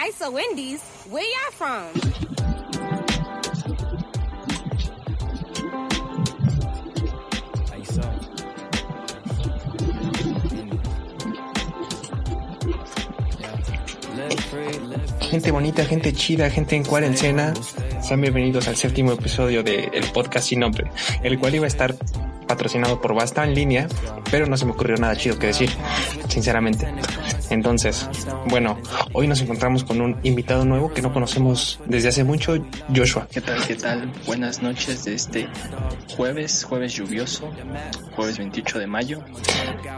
I saw Wendy's, where y'all from? Ahí está. Gente bonita, gente chida, gente en cuarentena, sean bienvenidos al séptimo episodio del podcast sin nombre, el cual iba a estar patrocinado por Basta en línea, pero no se me ocurrió nada chido que decir, sinceramente. Entonces, bueno, hoy nos encontramos con un invitado nuevo que no conocemos desde hace mucho, Joshua. ¿Qué tal? ¿Qué tal? Buenas noches de este jueves, jueves lluvioso, jueves 28 de mayo.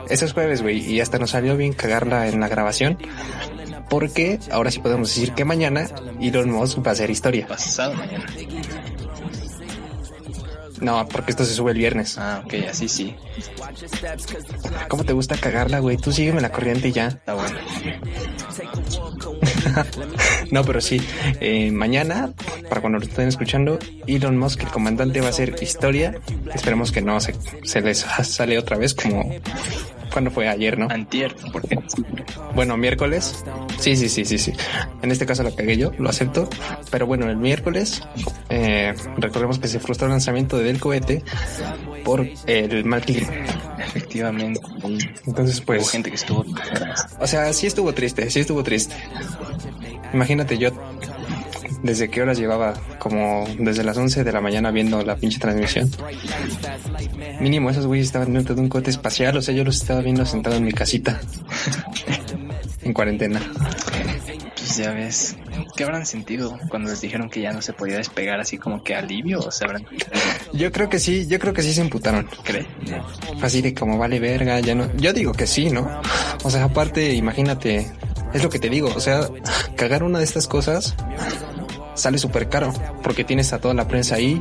Este es jueves, güey, y hasta nos salió bien cagarla en la grabación, porque ahora sí podemos decir que mañana Elon Musk va a hacer historia. Pasado mañana. No, porque esto se sube el viernes. Ah, ok, así sí. ¿Cómo te gusta cagarla, güey? Tú sígueme la corriente y ya. Está bueno. No, pero sí. eh, mañana, para cuando lo estén escuchando, Elon Musk, el comandante, va a hacer historia. Esperemos que no se, se les sale otra vez como cuando fue ayer, ¿no? Antier, porque Bueno, miércoles. Sí, sí, sí, sí, sí. En este caso lo cagué yo, lo acepto. Pero bueno, el miércoles, eh, recordemos que se frustró el lanzamiento del cohete por el mal clima. efectivamente Entonces, hubo pues, gente que estuvo. o sea, sí estuvo triste, sí estuvo triste. Imagínate yo desde qué horas llevaba, como desde las 11 de la mañana viendo la pinche transmisión. Mínimo, esos güeyes estaban dentro de un cohete espacial, o sea, yo los estaba viendo sentado en mi casita, en cuarentena. Pues ya ves, ¿qué habrán sentido cuando les dijeron que ya no se podía despegar así como que alivio? ¿O se habrán Yo creo que sí, yo creo que sí se imputaron. cree? Así de como vale verga, ya no. Yo digo que sí, ¿no? O sea, aparte, imagínate, es lo que te digo, o sea, cagar una de estas cosas sale súper caro, porque tienes a toda la prensa ahí.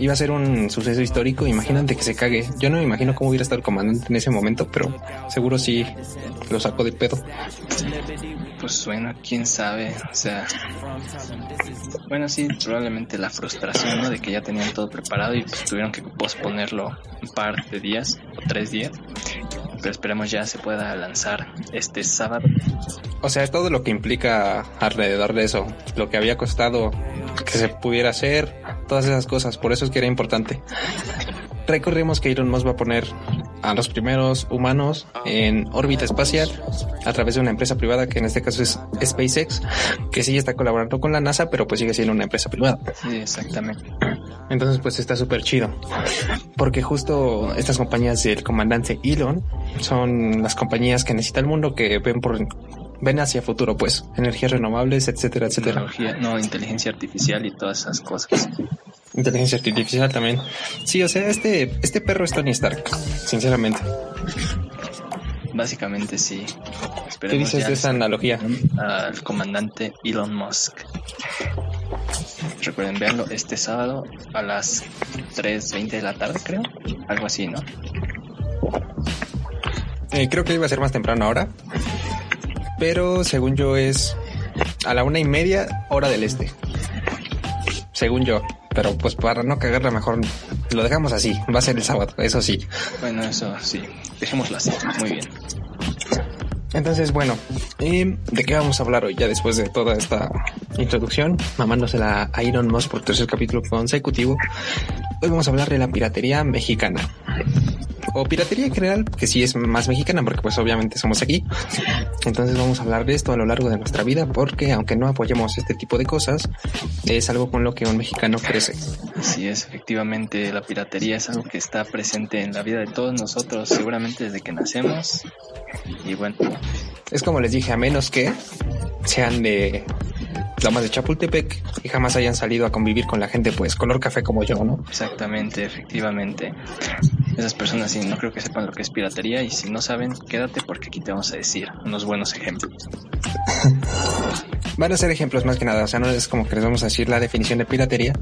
Iba a ser un suceso histórico, imagínate que se cague. Yo no me imagino cómo hubiera estado el comandante en ese momento, pero seguro sí lo sacó de pedo. Pues suena, quién sabe, o sea. Bueno, sí, probablemente la frustración, ¿no? De que ya tenían todo preparado y pues, tuvieron que posponerlo un par de días o tres días. Pero esperemos ya se pueda lanzar este sábado. O sea, todo lo que implica alrededor de eso, lo que había costado que se pudiera hacer, todas esas cosas, por eso es que era importante. Recordemos que Elon Musk va a poner a los primeros humanos en órbita espacial a través de una empresa privada que en este caso es SpaceX, que sí está colaborando con la NASA, pero pues sigue siendo una empresa privada. Sí, exactamente. Entonces, pues está súper chido. Porque justo estas compañías del comandante Elon son las compañías que necesita el mundo que ven por ven hacia futuro, pues, energías renovables, etcétera, etcétera. Tecnología, no, inteligencia artificial y todas esas cosas. Inteligencia artificial también. Sí, o sea, este, este perro es Tony Stark, sinceramente. Básicamente sí. ¿Qué Esperemos dices ya de esa analogía? al comandante Elon Musk. Recuerden verlo este sábado a las 3.20 de la tarde, creo. Algo así, ¿no? Eh, creo que iba a ser más temprano ahora. Pero según yo es a la una y media hora del este. Según yo. Pero pues para no cagarla mejor lo dejamos así. Va a ser el sábado, eso sí. Bueno, eso sí. Dejémoslo así. Muy bien. Entonces, bueno, eh, ¿de qué vamos a hablar hoy? Ya después de toda esta introducción, mamándosela a Iron Musk por tercer capítulo consecutivo, hoy vamos a hablar de la piratería mexicana. O piratería en general, que sí es más mexicana, porque pues obviamente somos aquí. Entonces vamos a hablar de esto a lo largo de nuestra vida, porque aunque no apoyemos este tipo de cosas, es algo con lo que un mexicano crece. Así es, efectivamente, la piratería es algo que está presente en la vida de todos nosotros, seguramente desde que nacemos. Y bueno, Es como les dije, a menos que sean de damas de Chapultepec y jamás hayan salido a convivir con la gente pues color café como yo, ¿no? exactamente, efectivamente. Esas personas sí, no creo que sepan lo que es piratería y si no saben, quédate porque aquí te vamos a decir unos buenos ejemplos. Van a ser ejemplos más que nada, o sea, no es como que les vamos a decir la definición de piratería,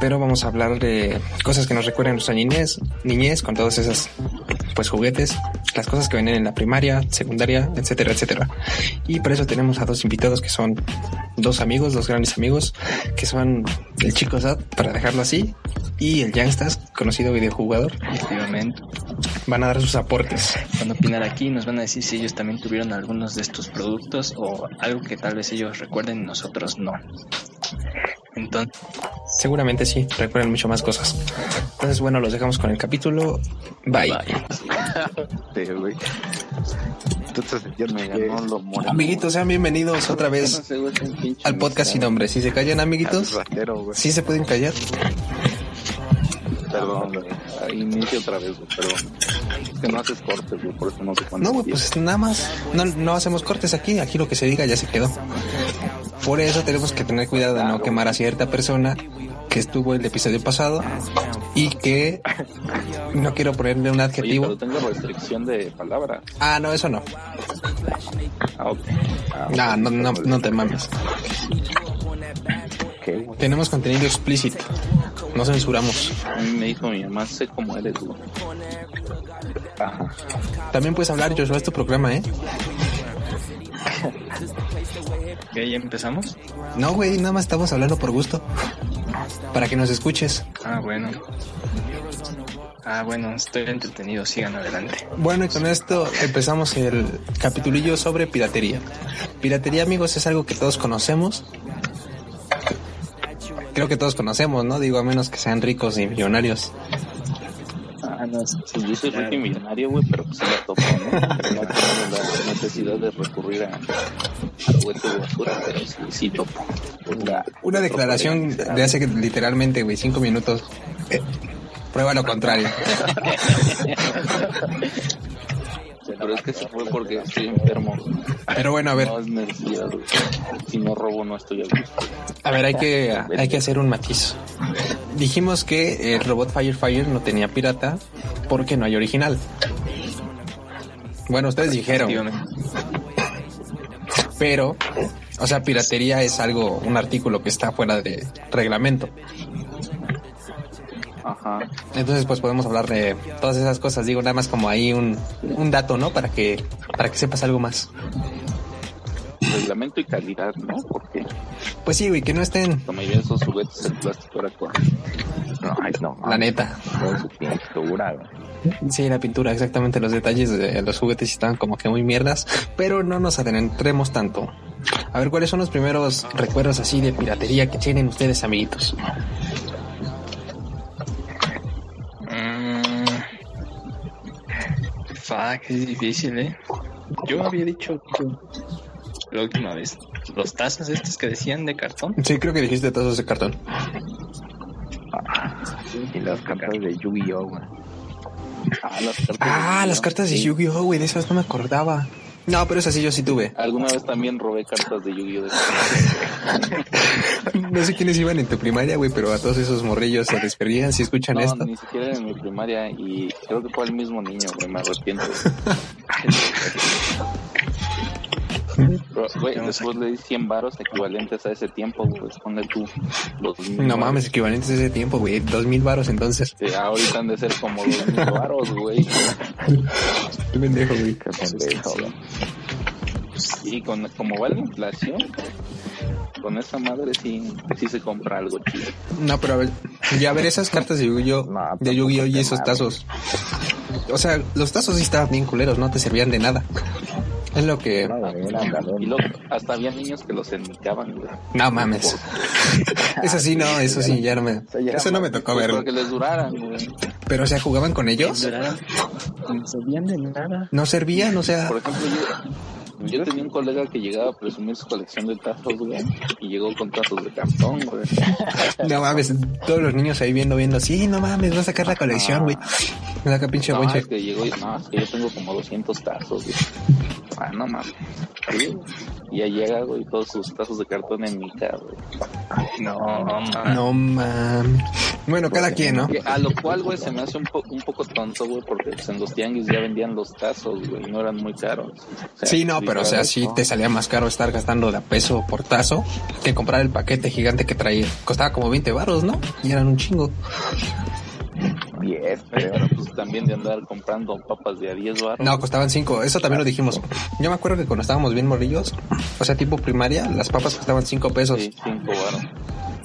pero vamos a hablar de cosas que nos recuerdan nuestra niñez, niñez con todas esas pues juguetes, las cosas que vienen en la primaria, secundaria, etcétera, etcétera. Y para eso tenemos a dos invitados que son dos amigos, dos grandes amigos, que son el chico Sad, para dejarlo así, y el Youngstas, conocido videojugador, Efectivamente, van a dar sus aportes. van a opinar aquí y nos van a decir si ellos también tuvieron algunos de estos productos o algo que tal vez ellos recuerden y nosotros no. Entonces, Seguramente sí, recuerden mucho más cosas. Entonces, bueno, los dejamos con el capítulo. Bye. bye. Sí, Este, güey. Entonces, yo Me ganó los morenos. Amiguitos, sean bienvenidos otra No vez sé, güey, es un pinche Ah, pues, al podcast sin mezclado. nombre. Si se callan, al amiguitos, ratero, güey. sí se pueden callar. Perdón, güey. Ah, Inicio otra vez, güey, perdón. Es que no haces cortes, güey, por eso no sé cuándo. No, güey, pues nada más. No, no hacemos cortes aquí. Aquí lo que se diga ya se quedó. Por eso tenemos que tener cuidado de no quemar a cierta persona que estuvo el episodio pasado y que no quiero ponerle un Oye, pero adjetivo. tengo restricción de palabra. Ah, no, eso no. Ah, ok. Ah, ok. No, no, no, no te mames. Ok, güey. Tenemos contenido explícito. No censuramos. A mí me dijo mi mamá, sé cómo eres, güey. Ajá. También puedes hablar, Joshua, es tu programa, ¿eh? Ok, ¿ya empezamos? No, güey, nada más estamos hablando por gusto. Para que nos escuches. Ah, bueno. Ah, bueno, estoy entretenido, sigan adelante. Bueno, y con esto empezamos el capitulillo sobre piratería. Piratería, amigos, es algo que todos conocemos. Creo que todos conocemos, ¿no? Digo, a menos que sean ricos y millonarios. Ah, no, pues yo soy rico y millonario, güey, pero pues se la topo, ¿no? Pero no tengo la necesidad de recurrir a, a hueco de basura, pero sí, sí topo. La- Una la declaración tropa de hace que- literalmente, güey, cinco minutos. Eh, Prueba lo contrario. Pero es que se fue porque estoy enfermo. Pero bueno, a ver, No es necesidad, güey. Si no robo, no estoy a gusto. a ver, hay que, hay que hacer un matiz. Dijimos que el robot Firefire no tenía pirata porque no hay original. Bueno, ustedes dijeron. Efectivamente. pero, o sea, piratería es algo, un artículo que está fuera de reglamento. Ajá. Entonces, pues podemos hablar de todas esas cosas. Digo, nada más como ahí un, un dato, ¿no? Para que, para que sepas algo más. Reglamento y calidad, ¿no? Porque Pues sí, güey, que no estén, la mayoría de esos juguetes el plástico era con. No, ay, no. la neta. Con su pintura, güey. Sí, la pintura, exactamente. Los detalles de los juguetes estaban como que muy mierdas, pero no nos adentremos tanto. A ver, ¿cuáles son los primeros recuerdos así de piratería que tienen ustedes, amiguitos? Mm. Fuck, es difícil, ¿eh? Yo había dicho que la última vez, los tazos estos que decían de cartón. Sí, creo que dijiste tazos de cartón. Y las cartas de Yu-Gi-Oh, güey. Ah, las cartas. Ah, Yu-Gi-Oh. las cartas de Sí. Yu-Gi-Oh, güey, de esas no me acordaba. No, pero esas sí yo sí tuve. Alguna vez también robé cartas de Yu-Gi-Oh! de- No sé quiénes iban en tu primaria, güey, pero a todos esos morrillos se les perdían si escuchan No, esto. ni siquiera en mi primaria y creo que fue el mismo niño, güey, me arrepiento. Pero, güey, después le di 100 varos equivalentes a ese tiempo, güey, pues ponle tú los mil No varos. mames, equivalentes a ese tiempo, güey. Dos mil varos entonces. Este, ahorita han de ser como dos mil varos, güey. Qué pendejo, güey. Qué pendejo, güey. Y con, como va la inflación, con esa madre sí, sí se compra algo chido. No, pero a ver, ya ver esas cartas de Yu-Gi-Oh, No, de Yu-Gi-Oh y tampoco esos te tazos. O sea, los tazos sí estaban bien culeros, no te servían de nada. Es lo que, No, güey, era galón. Y luego, hasta había niños que los enmicaban, güey. no mames. Eso sí, no, eso sí, ya no me, sea, ya era eso no me tocó verlo. Pues, Para que les duraran, güey. Pero, o sea, jugaban con ellos, Duraron- No sabían de nada. no servían, o sea, Por ejemplo, yo, yo tenía un colega que llegaba a presumir su colección de tazos, güey, y llegó con tazos de cartón, güey. No mames, todos los niños ahí viendo, viendo, sí, no mames, va a sacar la colección, güey. Ah. Me saca pinche No, bonche. es que llegó y no, es que yo tengo como 200 tazos, güey. Ah, no mames. Sí, Y ya llega, güey, todos sus tazos de cartón en mi casa, güey. No, man. No mames. Bueno, cada quien, ¿no? Que A lo cual, güey, se me hace un, po- un poco tonto, güey, porque pues, en los tianguis ya vendían los tazos, güey, no eran muy caros. O sea, Sí, no, pero o sea, literal, sí ¿no? te salía más caro estar gastando de a peso por tazo que comprar el paquete gigante que traía. Costaba como 20 varos, ¿no? Y eran un chingo. 10, creo. Pero pues también de andar comprando papas de a 10 barros. No, costaban 5. Eso también lo dijimos. Yo me acuerdo que cuando estábamos bien morrillos, o sea, tipo primaria, las papas costaban 5 pesos. Sí, 5 baros.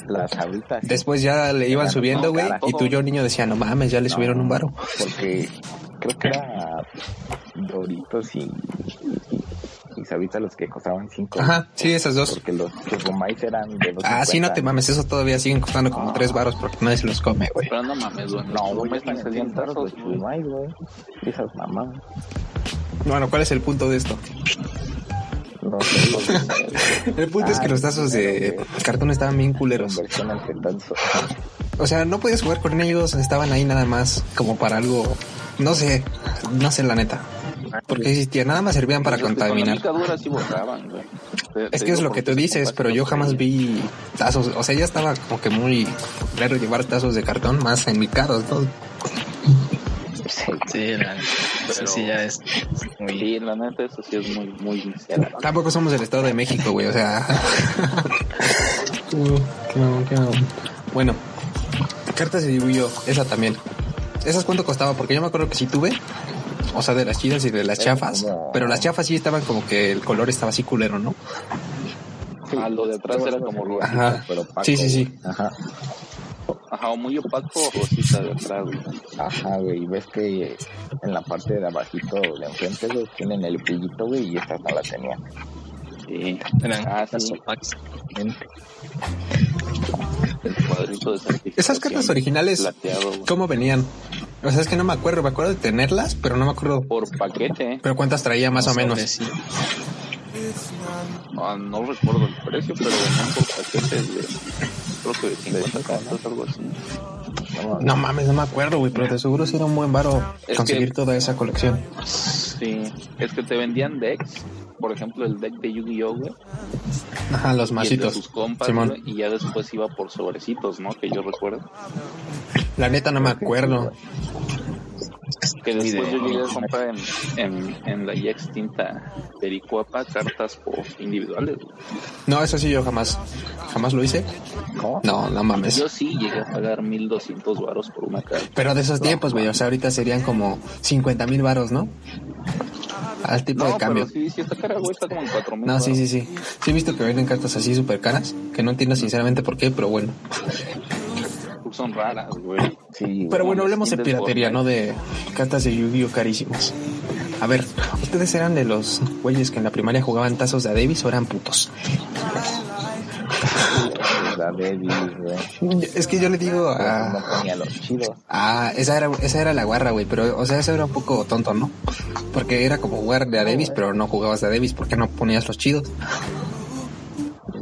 Las ahorita. sí, Después ya le iban Eran subiendo, más güey, caras. y tú y yo niño decía, no mames, ya le no, subieron un varo. Porque creo que era Doritos y, y, y Sabitas los que costaban 5. Ajá, sí, esas dos. Porque los chocomais eran de los. Ah, sí, no te 50. mames, eso todavía siguen costando como 3 varos porque nadie se los come, güey. Pero no mames, güey. No, No, güey, me me salían salían tazos, de güey. chocomais, güey. Esas mamás. Bueno, ¿cuál es el punto de esto? No sé, los El punto es que Ah, los tazos de cartón estaban bien culeros. conversión al tendazo. O sea, no podías jugar con ellos, estaban ahí nada más como para algo, no sé, no sé la neta. Porque existía, nada más servían para Los que contaminar. Con la picadura sí borraban, güey. Te- Es te que es digo lo que porque tú dices, compraste pero yo los jamás reyes. vi tazos, o sea, ya estaba como que muy claro llevar tazos de cartón más en mi carro, ¿no? Sí. Sí, la neta. Eso sí ya es muy... Sí, la neta, eso sí es muy, muy miserable. Tampoco somos del Estado de México, güey, o sea. Uh, qué mamón, qué mamón. Bueno, cartas de yu esa también. ¿Esas cuánto costaba? Porque yo me acuerdo que sí tuve. O sea, de las chidas y de las chafas. como- Pero las chafas sí estaban como que el color estaba así culero, ¿no? Ah, lo de atrás era como ro- Ajá. Pero pues, Paco, Sí, sí, sí. güey. Ajá. Ajá, o muy opaco o rosita de atrás, güey. Ajá, güey, ves que en la parte de abajito de enfrente, güey, tienen el pillito, güey, y estas no la tenían. Sí. Eran Ah, las sí. opacas. El cuadrito de santificación Esas cartas originales, Plateado, güey. ¿cómo venían? O sea, es que no me acuerdo. Me acuerdo de tenerlas, pero no me acuerdo. Por paquete, ¿eh? Pero cuántas traía más o menos. pues, Sí, Ah, no recuerdo el precio, pero venían por paquetes de, creo que de 50 cartas, algo así. No mames, no me acuerdo, güey. Pero de seguro sí era un buen varo Es conseguir que- toda esa colección. Sí, es que te vendían decks, por ejemplo, el deck de Yu-Gi-Oh, güey, Ajá, los y el de masitos. sus compas, Simón. güey, y ya después iba por sobrecitos, ¿no? Que yo recuerdo. La neta no me acuerdo. Que Ni después de- yo llegué a comprar en, en, en la ya extinta Pericuapa cartas por individuales. güey. No, eso sí yo jamás, jamás lo hice. ¿Cómo? No, no mames. Yo sí llegué a pagar 1200 varos por una carta. Pero de esos tiempos, güey, o sea, ahorita serían como 50 mil varos, ¿no? Al tipo No, de cambio. pero sí, sí, esta cara, güey, está como en 4000. No, sí, varos. sí, sí. Sí he visto que venden cartas así súper caras, que no entiendo sinceramente por qué, pero bueno. Son raras, güey. Sí, güey. Pero bueno, hablemos de piratería, no de cartas de Yu-Gi-Oh carísimas. A ver, ¿ustedes eran de los güeyes que en la primaria jugaban tazos de a Davis o eran putos? pues, La Davis, güey. Es que yo le digo No a... ponía los chidos. Ah, esa era, esa era la guarra, güey, pero, o sea, eso era un poco tonto, ¿no? Porque era como jugar de a Davis, pero no jugabas de a Davis porque no ponías los chidos.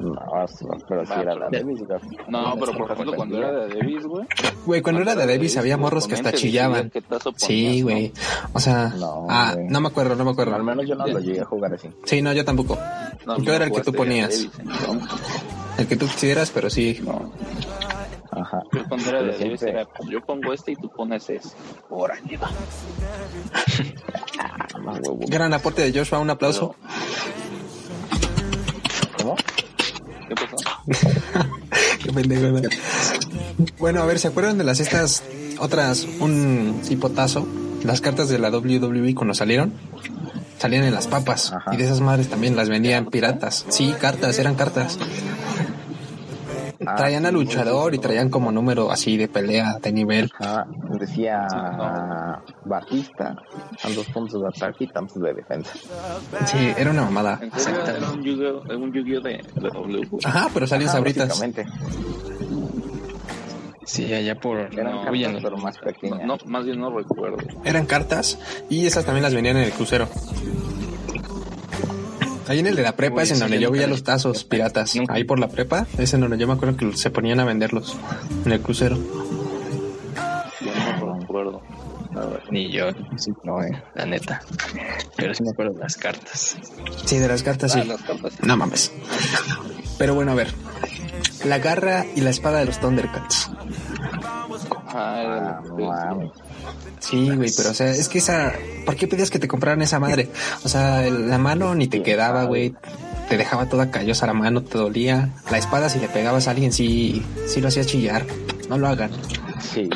No, sí, pero sí era la Davis, güey. No, pero por ejemplo, cuando era de Davis, güey. Güey, cuando era de a Davis había morros que hasta chillaban. Sí, güey. O sea, No, ah, güey. no me acuerdo, no me acuerdo. Al menos yo no lo llegué a jugar así. Sí, no, yo tampoco. yo era el que tú ponías, el que tú quisieras, pero sí. No, Ajá. yo cuando era de Pero Davis siempre- era, yo pongo este y tú pones ese. Órale, va. Ah, huevo. Gran aporte de Joshua, un aplauso. ¿Cómo? ¿Qué pasó? Qué pendejo, ¿no? Bueno, a ver, ¿se acuerdan de las estas otras, un hipotazo? Las cartas de la WWE cuando salieron, salían en las papas. Ajá. Y de esas madres también las vendían piratas. Sí, cartas, eran cartas. Ah, traían al sí, luchador y traían como número así de pelea, de nivel. Ajá. Decía Batista. A dos puntos de ataque y tantos de defensa. Sí, era una mamada. ¿En serio era un Yu-Gi-Oh era un Yu-Gi-Oh de, de W? Ajá, pero salían Ajá, sabritas. básicamente. sí, allá por... Eran No, cartas, Villanueva. pero más No, pequeñas. no, más bien no recuerdo. Eran cartas y esas también las vendían en el crucero. Ahí en el de la prepa Uy, es en sí, donde yo yo nunca veía vi. los tazos piratas. Nunca. Ahí por la prepa es en donde yo me acuerdo que se ponían a venderlos en el crucero. Yo no recuerdo. A ver. Ni yo, sí, no, eh, la neta. Pero sí me acuerdo de las cartas. Sí, de las cartas sí. Ah, las cartas. No mames. Pero bueno, a ver. La garra y la espada de los Thundercats. Ajá, Ah, Ah, era este, lo que te decía. Wow. Sí, güey, pero o sea, es que esa. ¿Por qué pedías que te compraran esa madre? O sea, el- la mano ni te quedaba, güey. Te dejaba toda callosa la mano, te dolía. La espada, si le pegabas a alguien, sí, sí lo hacía chillar. No lo hagan. Sí,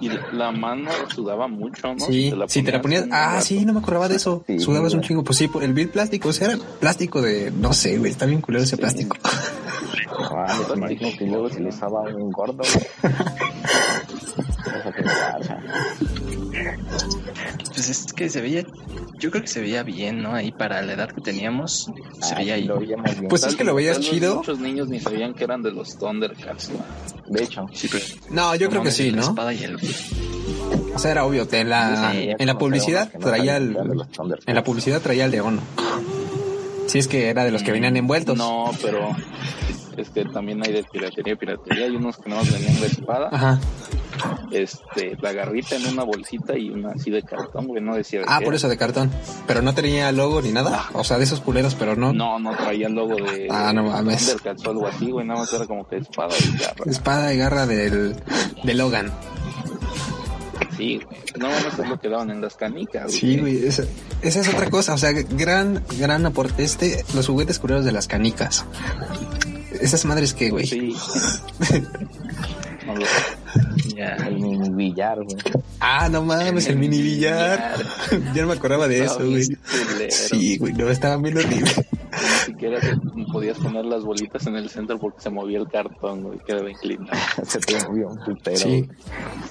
Y la, la mano sudaba mucho, ¿no? Sí, si te la ponías. en el Ah, brazo. sí, no me acordaba de eso. Sí, Sudabas un güey. chingo. Pues sí, por el bill plástico. O sea, era plástico de. No sé, güey, está bien culero ese plástico. Ah, me imagino que luego se le usaba un gordo. güey. Eso que ah, pasa. Pues es que se veía, yo creo que se veía bien, ¿no? Ahí para la edad que teníamos, se Ah, veía ahí. lo veíamos bien. Pues es que lo veías Tal vez chido. Muchos niños ni sabían que eran de los Thundercats. ¿no? De hecho, Sí, pero- No, Ah, yo creo que mames, sí, La ¿no? espada y el- O sea, era obvio. te- En la, Sí, en la publicidad traía el. En la publicidad traía el de Ono. Si es que era de los que venían envueltos. No, pero este también hay de piratería, piratería. Hay unos que no venían la espada, Ajá. este, la garrita en una bolsita y una así de cartón, güey, no decía. de ¿eh? Ah, qué por era. eso de cartón. Pero no tenía logo ni nada. O sea, de esos culeros, pero no. No, no traía el logo de Ah, no mames. Thundercats o algo así, güey, nada más era como que espada y garra. Espada y garra del, de Logan. Sí, güey. No, eso es lo que daban en las canicas, Sí, güey. Esa, esa es otra cosa. O sea, gran, gran aporte. Este, los juguetes culeros de las canicas. Esas madres que, güey. Pues Sí. No lo- ya. El mini billar, güey. Ah, no mames, el mini billar. ya no me acordaba de eso, Estaba güey. bien culero. Sí, güey. No, estaban bien horribles. Ni siquiera se- podías poner las bolitas en el centro porque se movía el cartón, güey, quedaba inclinado. Se te movió un putero. Sí. güey. Sí,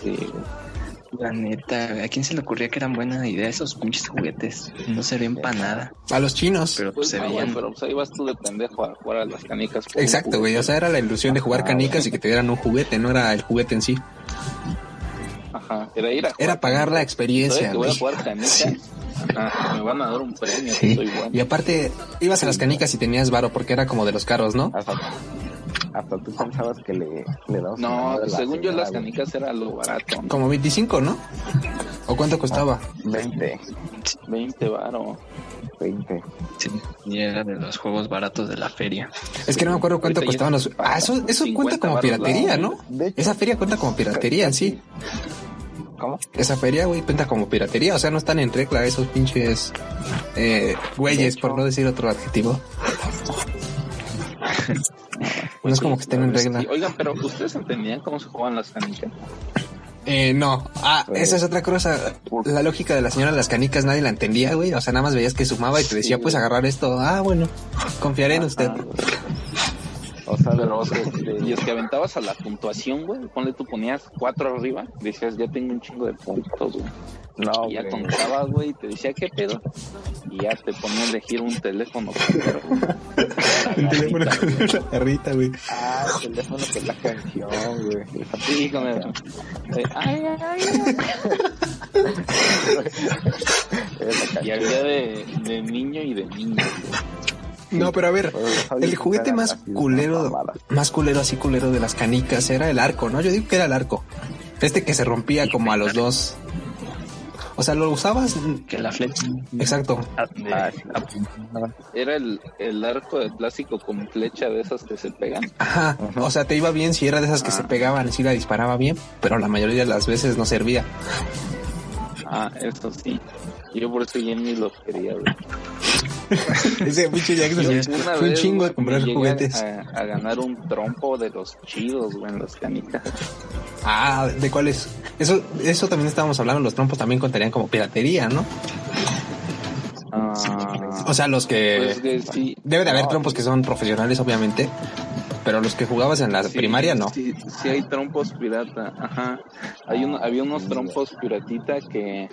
Pues güey. La neta, güey, ¿a quién se le ocurría que eran buena idea esos pinches juguetes? No se veían para nada, A los chinos. pero pues Pues, se ah, veían. güey, pero pues ahí vas tú de pendejo a jugar a las canicas. por un Exacto, güey. O sea, era la ilusión de jugar canicas y que te dieran un juguete. No era el juguete en sí. juguete. Ajá, era ir a jugar. Era pagar la ¿Sabes experiencia, que voy a güey. jugar canicas? Ah, me van a dar un premio, que Sí. soy bueno. Y aparte, ibas a las canicas y tenías varo porque era como de los caros, ¿no? Hasta, hasta tú pensabas que le, le dabas una No, mano a la según yo señora, las güey. canicas era lo barato, ¿no? Como 25, ¿no? ¿O cuánto costaba? 20, 20 varo. 20. Sí, y era de los juegos baratos de la feria. Es que no me acuerdo cuánto Ahorita ya- costaban los... Ah, eso, eso 50 cuenta como varos, piratería, ¿no? ¿no? De hecho. Esa feria cuenta como piratería en sí. ¿Cómo? Esa feria, güey, cuenta como piratería. O sea, no están en regla esos pinches... Eh, güeyes, hecho. por no decir otro adjetivo. No es como que estén en regla. Sí, Oigan, pero ¿ustedes entendían cómo se jugaban las canicas? Eh, no. Ah, Pues- esa es otra cosa. La lógica de la señora de las canicas nadie la entendía, güey. O sea, nada más veías que sumaba y te decía, Sí. pues agarrar esto. Ah, bueno, confiaré en usted. Ah, güey. O sea, Pero, pero, o sea, este, y es que aventabas a la puntuación, güey. Ponle tú ponías cuatro arriba, decías, ya tengo un chingo de puntos, güey. no, y ya güey. contabas, güey, y te decía, ¿qué pedo? Y ya te ponía a elegir un teléfono. culero, güey. El teléfono con la garrita, güey. Ah, el teléfono con la canción, güey. Esa Sí, con el- eh, 哎 ay, ay, ay. es la Y canción. había de, de niño y de niña. güey. No, pero a ver, el juguete más culero, más culero así culero de las canicas era el arco, ¿no? Yo digo que era el arco. Este que se rompía como a los dos. O sea, lo usabas. Que la flecha. Exacto. Ah, de- Ah, sí. Era el, el arco de plástico con flecha de esas que se pegan. Ajá. Ah. O sea, te iba bien si era de esas que se pegaban, si la disparaba bien, pero la mayoría de las veces no servía. Ah, eso sí. Yo por eso ya ni lo quería, güey. Ese pinche Jackson Yo es una un vez, chingo güey, de comprar llegué juguetes. A, a ganar un trompo de los chidos, güey, en las canicas. Ah, ¿de cuáles? Eso, eso también estábamos hablando, los trompos también contarían como piratería, ¿no? Ah, O sea, los que... pues que sí. Debe de haber No, trompos que son profesionales, obviamente, pero los que jugabas en la sí, primaria no. Sí, sí hay trompos pirata, ajá. Hay un, había Mm. unos trompos piratita que,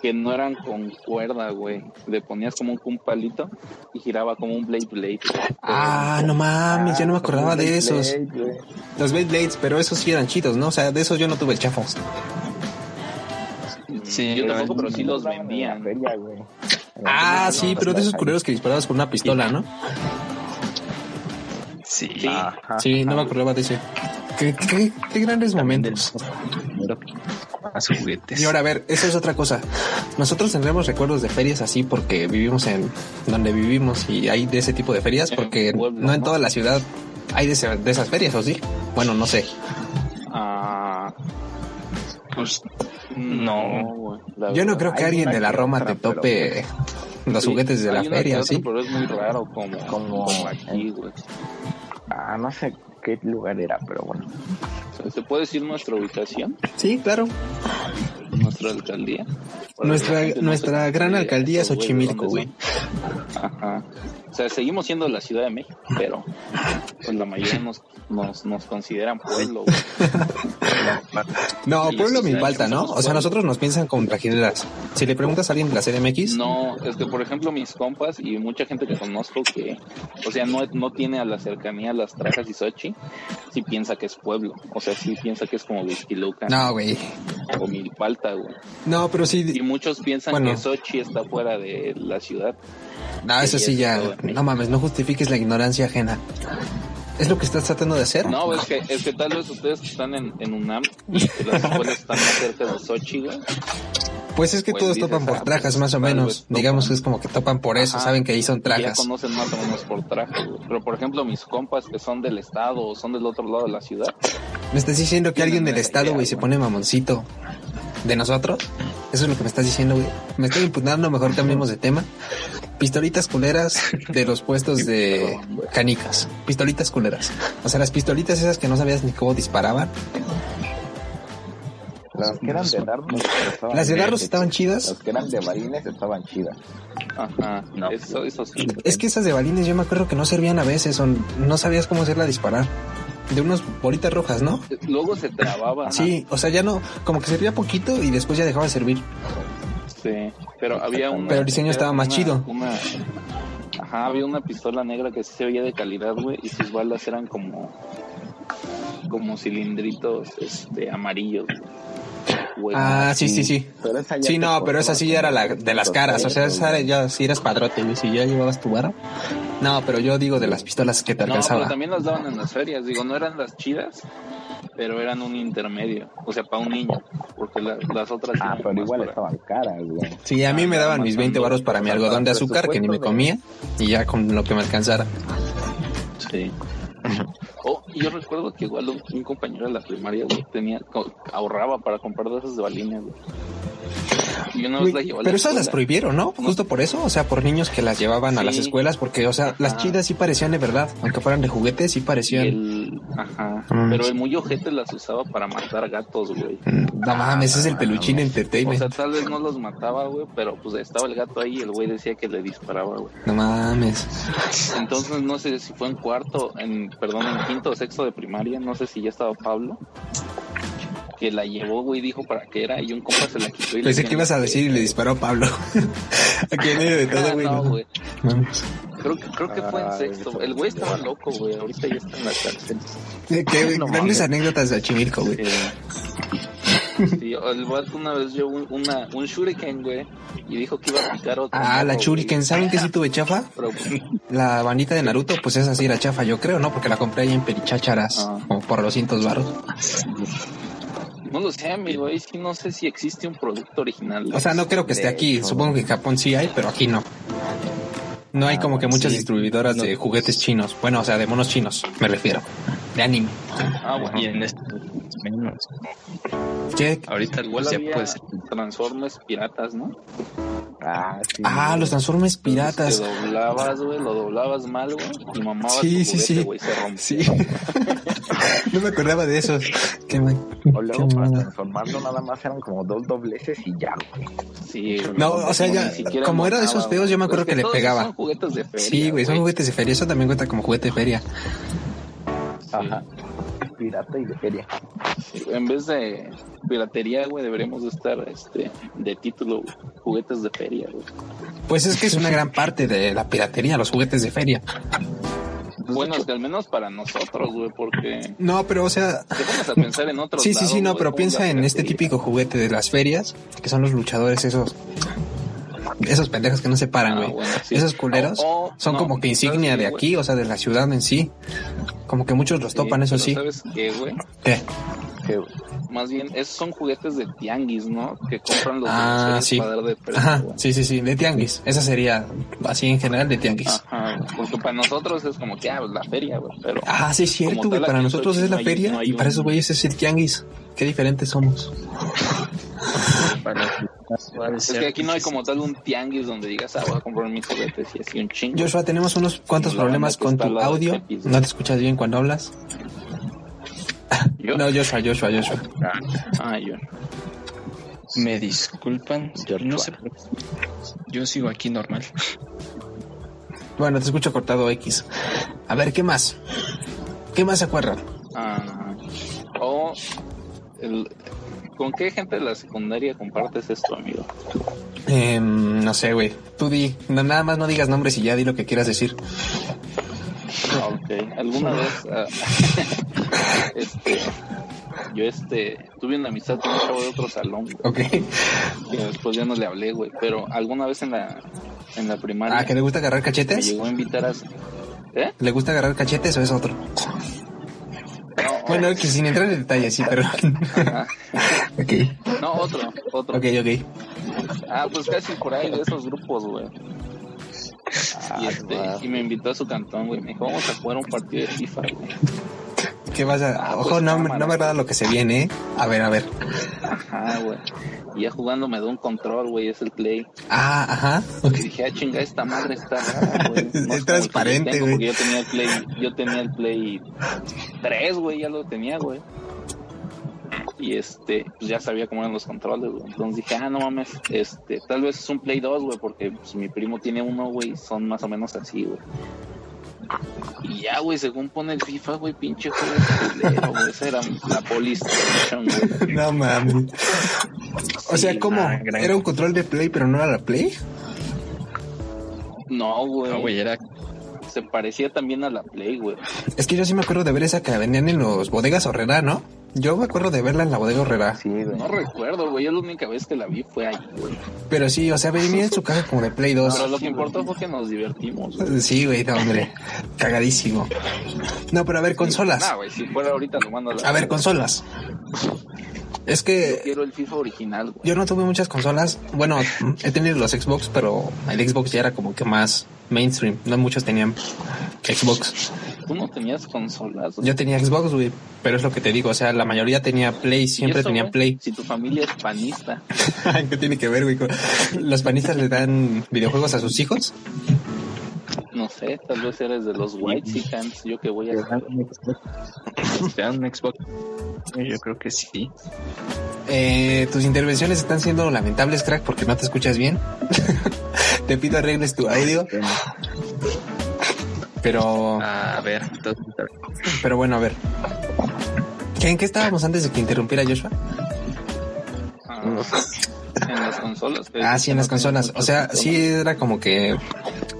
que no eran con cuerda, güey. Le ponías como un palito y giraba como un blade blade. Ah, no mames, yo no me acordaba de esos. Los Beyblades, pero esos sí eran chidos, ¿no? O sea, de esos yo no tuve el chafo. Sí, yo la tampoco, verdad. pero sí los vendían. Ah, sí, pero de esos culeros que disparabas con una pistola, ¿no? Sí. Sí. Sí, no me acordaba de ese. Qué, qué- qué grandes momentos. Más juguetes. Y ahora, a ver, eso es otra cosa. Nosotros tendremos recuerdos de ferias así porque vivimos en donde vivimos y hay de ese tipo de ferias porque Pueblo, no en ¿no? toda la ciudad hay de, ese- de esas ferias, ¿o sí? Bueno, no sé. Ah, mm, Pues no. güey, la Yo no verdad. creo que Hay alguien una de la que Roma te otra, tope los pues, Sí, juguetes de hay la uno que feria, otro, ¿sí? Pero es muy raro como, Como- como aquí, güey. Ah, no sé qué lugar era, pero bueno. ¿Se puede decir nuestra ubicación? Sí, claro. ¿Nuestra alcaldía? Para la Nuestra, gente no nuestra se- gran alcaldía es güey, ¿de dónde Ochimilco, güey. son? Ajá. O sea, seguimos siendo la Ciudad de México, pero pues la mayoría nos, nos, nos consideran pueblo, güey. No, Y pueblo eso, me o sea, falta, ¿no? somos O sea, pueblo. nosotros nos piensan como trajineras. Si le preguntas a alguien de la CDMX, No, es que por ejemplo mis compas y mucha gente que conozco que, o sea, no, no tiene a la cercanía las trajas y Sochi, sí piensa que es pueblo, o sea, sí piensa que es como Vizquiluca no, güey. o Milpalta, güey. No, pero Y sí, muchos piensan Bueno. que Sochi está fuera de la ciudad. no, eso y sí es ya. todo, güey. No mames, no justifiques la ignorancia ajena. ¿Es lo que estás tratando de hacer? No, es que, es que tal vez ustedes que están en, en UNAM y que las escuelas están más cerca de Sochi, güey. Pues es que Pues todos dices, topan por ah, trajas, más o tal menos. vez Digamos topan. que es como que topan por eso, Ajá. saben que ahí son Y Ya trajas. conocen más o menos por traje, güey. Pero por ejemplo, mis compas que son del estado o son del otro lado de la ciudad, Me estás diciendo que Tienen alguien del buena estado, idea, güey, se güey. pone mamoncito de nosotros. Eso es lo que me estás diciendo, güey. Me estoy impugnando, mejor cambiemos de tema. Pistolitas culeras de los puestos de canicas. Pistolitas culeras. O sea, las pistolitas esas que no sabías ni cómo disparaban. Las que eran de dardos estaban Las de dardos chidas. estaban chidas. Las que eran de balines estaban chidas. ajá, No. eso, eso sí. Es que esas de balines yo me acuerdo que no servían a veces, o no sabías cómo hacerla disparar. De unas bolitas rojas, ¿no? Luego se trababa. Sí, o sea, ya no, como que servía poquito y después ya dejaba de servir. Sí, pero había una. Pero el diseño estaba más una- chido. una- ajá, había una pistola negra que sí se veía de calidad, güey, y sus balas eran como. como cilindritos este, amarillos, güey. güey. Ah, sí, sí, sí. Pero esa pues, ya Sí, te no, pero esa sí ya era la, de las caras. O sea, esa ya si eras padrote, güey, si ya llevabas tu vara. No, pero yo digo de las pistolas que te No, pero alcanzaba. también las daban en las ferias. Digo, no eran las chidas, pero eran un intermedio. O sea, para un niño. Porque la- las otras. Ah, eran pero más igual para- estaban caras, güey. Sí, a mí me daban mis matando, 20 varos para mi o sea, algodón de para azúcar que ni me presupuesto, comía y ya con lo que me alcanzara. Sí. Oh, y yo recuerdo que igual un, un compañero de la primaria, güey, tenía, co- ahorraba para comprar de esas de balines, güey. Y una vez la llevó a la Pero esas las escuela. prohibieron, ¿no? Justo por eso, o sea, por niños que las llevaban a las Sí. escuelas porque, o sea, las Ajá. chidas sí parecían de verdad, aunque fueran de juguetes, sí Y parecían. el, ajá. Mm. Pero el muy ojete las usaba para matar gatos, güey. Mm, No mames, ese es el peluchín Ah, O sea, entertainment. tal vez no los mataba, güey, pero pues estaba el gato ahí y el güey decía que le disparaba, güey. No mames. Entonces no sé si fue en cuarto, en, perdón, en quinto o sexto de primaria, no sé si ya estaba Pablo, que la llevó, güey, dijo para qué era y un compa se la quitó. Y le Pensé que dio en la ibas a decir y le disparó a Pablo. Aquí en medio de todo, Ah, güey. no, no. güey. Mames. Creo que, creo que fue en Ay, sexto. El güey estaba loco, güey. Ahorita ya está en la cárcel. Eh, Qué grandes anécdotas de Achimilco, güey. Eh, sí, el vato una vez llevó un- una, un shuriken, güey. Y dijo que iba a picar otro. Ah, la moco, Shuriken, güey. ¿saben que sí tuve chafa? Pero, pues, La bandita de Naruto, pues esa sí era chafa, yo creo, ¿no? Porque la compré ahí en Perichácharas, Ah. como por 200 baros. no lo sé, mi güey. Sí, no sé si existe un producto original. güey. O sea, no creo que esté De aquí, hecho. supongo que en Japón sí hay, pero aquí no. No hay como que muchas distribuidoras de juguetes chinos, bueno, o sea, de monos chinos, me refiero, de anime. Ah, bueno. Y en este menos. ¿Qué? Ahorita Igual se Pues, había puede ser. Transformes piratas, ¿no? Ah, sí. Ah, los Transformers piratas. Te doblabas, güey, lo doblabas mal, güey, y mamabas Sí, sí, tu juguete, sí. güey, se rompía. Sí. no me acordaba de esos. Qué mal. O luego qué para mal. transformarlo nada más eran como dos dobleces y ya, güey. Sí, güey. No, o sea, Ni ya, siquiera como era de esos mataba, feos, yo me güey. acuerdo Es que le todos pegaba. Son juguetes de feria. Sí, güey, son juguetes de feria. Eso también cuenta como juguete de feria. Ajá. Pirata y de feria. En vez de piratería, güey, deberíamos de estar este, de título, güey, juguetes de feria, güey. Pues es que es una gran parte de la piratería, los juguetes de feria. Bueno, es que al menos para nosotros, güey, porque No, pero o sea, te pones a pensar en otros sí, sí, sí, lados, no, güey, pero como piensa la en este piratería. típico juguete de las ferias, que son los luchadores esos. Esos pendejos que no se paran, Ah, güey. bueno, sí. Esos culeros O- o- son no, como que insignia ¿sabes qué, de güey? aquí, o sea, de la ciudad en sí. Como que muchos los Sí, topan, eso Eh, pero sí. Eh, ¿Sabes qué, güey? ¿Qué? Que- Más bien, esos son juguetes de tianguis, ¿no? Que compran los Ah, dinosaurios sí. para dar de precio, Ajá, güey. sí, sí, sí, de tianguis. Esa sería así en general de tianguis. Ajá, güey, porque para nosotros es como que, ah, pues, la feria, güey, pero... Ah, sí, es Como cierto, tal, güey. Para aquí en nosotros Xochitl es la no hay- feria no hay y para esos un- güeyes es el tianguis. Qué diferentes somos. Para los casuales, Es que aquí no hay ciertos- como tal un tianguis donde digas, ah, voy a comprar mis juguetes y así un chingo. Joshua, tenemos unos cuantos La problemas banda que con está al tu lado de audio. Pepis. No te escuchas bien cuando hablas. ¿Yo? No, Joshua, Joshua, Joshua. Ah, yo. Me disculpan, no sé por qué. Yo sigo aquí normal. Bueno, te escucho cortado X. A ver, ¿qué más? ¿Qué más se acuerdan? Ah, o el- ¿Con qué gente de la secundaria compartes esto, amigo? Em, no sé, güey. Tú di, no- nada más no digas nombres y ya di lo que quieras decir. Ah, ok. ¿Alguna vez? ah, este, yo este, tuve una amistad con un chavo de otro salón, güey, Ok. que después ya no le hablé, güey. Pero alguna vez en la, en la primaria Ah, ¿que le gusta agarrar me cachetes? llegó a invitar a... su- ¿Eh? ¿Le gusta agarrar cachetes o es otro? No, ah, Bueno, que sin entrar en detalles, sí, pero. ok, no, otro, otro. ok, ok. Ah, pues casi por ahí de esos grupos, güey. Y, este, y me invitó a su cantón, güey. Me dijo, vamos a jugar un partido de FIFA, güey. ¿Qué vas a.? Ah, pues, Ojo, no, me- cámara. no me agrada lo que se viene, ¿eh? A ver, a ver. Ajá, güey. Y ya jugando me da un control, güey, es el Clay. Ah, ajá. Ok. Y dije, ah, chinga, esta madre está rara, Es güey. como el que yo transparente, tengo, güey. Porque yo tenía el Play, yo tenía el Play 3, güey, ya lo tenía, güey. Y este, pues ya sabía cómo eran los controles, güey. Entonces dije, ah, no mames, este, tal vez es un Play 2, güey, porque pues, mi primo tiene uno, güey, y son más o menos así, güey. Y ya, güey, según pone el FIFA, güey, pinche juego culero, güey. Esa era la Polystation, güey. No mames. O sea, Sí, ¿cómo? ah, gran- ¿Era un control de Play, pero no era la Play? No, No, güey. Ah, güey, era se parecía también a la Play, güey. Es que yo sí me acuerdo de ver esa que la vendían en los bodegas Horrera, ¿no? Yo me acuerdo de verla en la bodega Horrera. Sí, güey. No recuerdo, güey. Yo la única vez que la vi fue ahí, güey. Pero sí, o sea, venía en su caja como de Play 2. Pero lo que importó fue que nos divertimos, güey. Sí, güey, no, hombre. Cagadísimo. No, pero a ver, consolas. Nah, güey, si fuera ahorita lo mando a la... A ver, eh, consolas. Es Yo que quiero el FIFA original, güey. yo no tuve muchas consolas. Bueno, he tenido los Xbox, pero el Xbox ya era como que más mainstream. No muchos tenían Xbox. Tú no tenías consolas, güey. Yo tenía Xbox, güey. Pero es lo que te digo, o sea, la mayoría tenía Play, siempre Y eso, tenía güey, Play. Si tu familia es panista. ¿Qué tiene que ver, güey? con- ¿Los panistas le dan videojuegos a sus hijos? No sé, tal vez eres de los White Yo que voy a... ¿Te dan un Xbox? Yo creo que sí. Eh, tus intervenciones están siendo lamentables, crack, porque no te escuchas bien. te pido arregles tu audio. Oh. Pero, A ver, entonces, a ver. pero bueno, a ver. ¿Qué- ¿En qué estábamos antes de que interrumpiera Joshua? Ah, en las consolas. güey. Ah, sí, en las consolas. O sea, sí era como que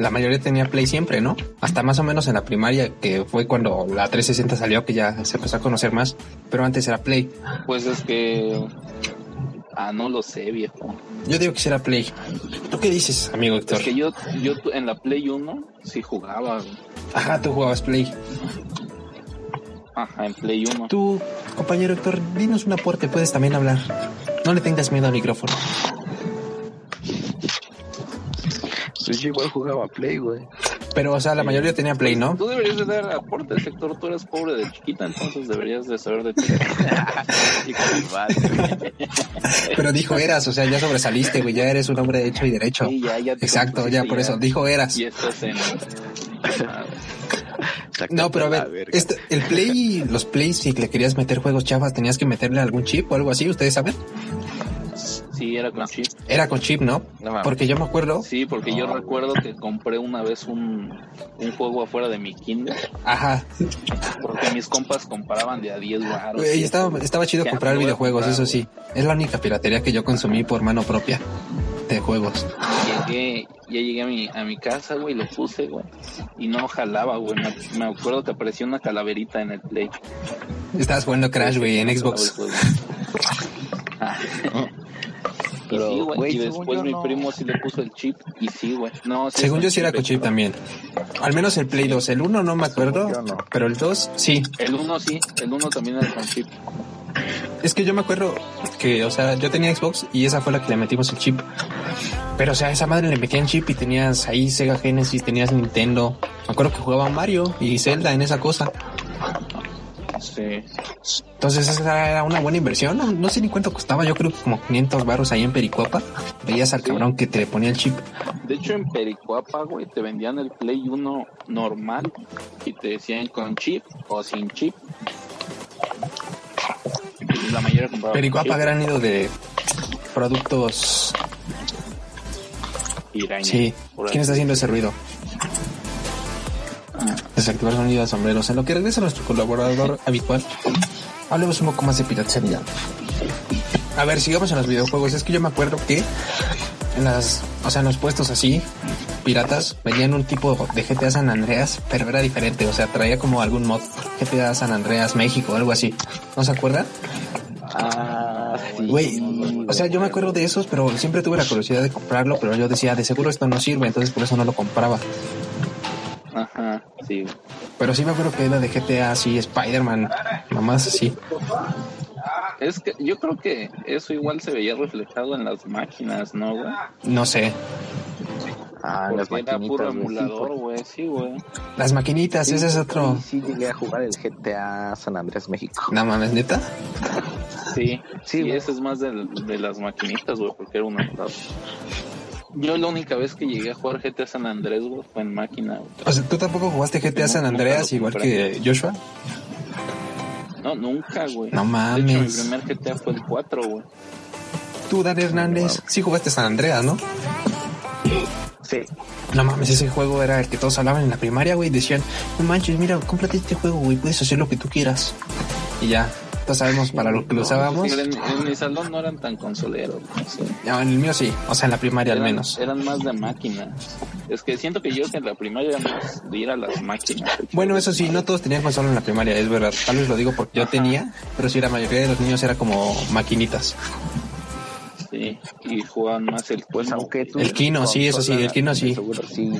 la mayoría tenía Play siempre, ¿no? Hasta más o menos en la primaria, que fue cuando la 360 salió, que ya se empezó a conocer más. Pero antes era Play. Pues es que... Ah, no lo sé, viejo. Yo digo que sí era Play. ¿Tú qué dices, amigo Héctor? Es que yo, yo tu- en la Play 1 sí jugaba, güey. Ajá, tú jugabas Play. Ajá, en Play 1. Tú, compañero Héctor, dinos un aporte, puedes también hablar. No le tengas miedo al micrófono. Pues yo igual jugaba Play, güey. Pero, o sea, la mayoría tenía Play, ¿no? Tú deberías de dar aporte al sector, tú eres pobre de chiquita, entonces deberías de saber de ti. Y con el vale. Pero dijo eras, o sea, ya sobresaliste, güey, ya eres un hombre hecho y derecho. Sí, ya, ya te Exacto, ya compusiste, por eso, dijo eras. Y estás en... Ah, No, pero a La ver, verga. este, el Play, los Play, si le querías meter juegos chavas, tenías que meterle algún chip o algo así, ¿ustedes saben? sí, era con chip. Era con chip, ¿no? No mames. Porque yo me acuerdo, Sí, porque yo recuerdo que compré una vez un, un juego afuera de mi kinder, ajá, porque mis compas compraban de a 10 baros. güey, estaba, estaba chido Ya, comprar lo voy a videojuegos, comprar, eso sí. Es la única piratería que yo consumí por mano propia de juegos. Llegué, ya llegué a mi, a mi casa, güey, lo puse, güey, y no jalaba, güey. Me, me acuerdo que apareció una calaverita en el play. Estabas jugando Crash, güey, en Xbox. Ah. Pero, y sí, güey, güey, y según después yo mi no. primo sí le puso el chip y sí, güey. No, sí Según es yo sí era con chip también. Al menos el Play 2. El 1 no me acuerdo, Según yo no. pero el 2 sí. El uno sí, el uno también era con chip. Es que yo me acuerdo que, o sea, yo tenía Xbox y esa fue la que le metimos el chip. Pero, o sea, a esa madre le metían chip y tenías ahí Sega Genesis, tenías Nintendo. Me acuerdo que jugaba Mario y Zelda en esa cosa. Sí. Entonces esa era una buena inversión. No, no sé ni cuánto costaba. Yo creo que como 500 baros ahí en Pericuapa. Veías al cabrón que te le ponía el chip. De hecho, en Pericuapa, güey, te vendían el Play 1 normal y te decían con chip o sin chip. Y La mayoría compraba con Pericuapa, chip gran nido de productos. y iraña. Sí. Por ¿Quién ahí. está haciendo ese ruido? Desactivar sonido de sombreros. En lo que regresa nuestro colaborador habitual, hablemos un poco más de piratería. A ver, sigamos en los videojuegos. Es que yo me acuerdo que en las, o sea, en los puestos así, piratas, vendían un tipo de GTA San Andreas, pero era diferente. O sea, traía como algún mod GTA San Andreas México o algo así. ¿No se acuerdan? Ah, sí. Güey, o sea, yo me acuerdo de esos, pero siempre tuve la curiosidad de comprarlo, pero yo decía, "Ah, de seguro esto no sirve, entonces por eso no lo compraba. Ajá, sí. güey. Pero sí me acuerdo que era de GTA, así, Spider-Man, mamás así. Es que yo creo que eso igual se veía reflejado en las máquinas, ¿no, güey? No sé. Ah, las Porque maquinitas, era puro güey, sí, emulador, güey, sí, güey. Las maquinitas, ese es otro. Sí, sí, llegué a jugar el GTA San Andrés México. No mames, neta. Sí, sí, güey. ese es más del- de, las maquinitas, güey, porque era un emulador. Yo la única vez que llegué a jugar GTA San Andrés, güey, fue en máquina, güey. O sea, tú tampoco jugaste GTA San Andreas igual que Joshua. No, nunca, güey. No De hecho, mi mames. primer GTA fue el 4, güey. Tú, Dan Hernández, sí jugaste San Andreas, ¿no? Sí. pues, No mames, ese juego era el que todos hablaban en la primaria, güey. Decían, no manches, mira, cómprate este juego, güey, puedes hacer lo que tú quieras. Y ya, todos sabemos para lo que lo usábamos. En, en mi salón no eran tan consoleros, güey, sí. No, en el mío sí, o sea, en la primaria al Eran- menos. Eran más de máquinas. Es que siento que yo en la primaria era más de ir a las máquinas. Bueno, eso sí, no todos tenían consola en la primaria, es verdad. Tal vez lo digo porque yo tenía, pero sí, la mayoría de los niños era como maquinitas. Sí, y jugaban más el Pues Kino. aunque tú... El Kino, sí, eso sí, el Kino sí. Seguro sí.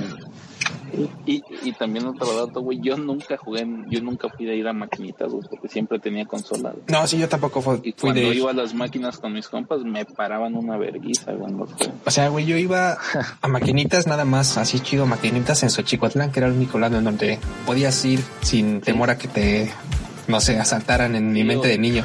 Y, y también otro dato, güey, yo nunca jugué, en- yo nunca fui de ir a maquinitas, güey, porque siempre tenía consola. güey. No, sí, yo tampoco Y fui, fui cuando de... iba a las máquinas con mis compas, me paraban una verguiza, güey. en los juegos. O sea, güey, yo iba a maquinitas nada más, así chido, maquinitas en Xochicotlán, que era el único lado en donde podías ir sin temor a que te, no sé, asaltaran en mi Sí, mente de o- niño.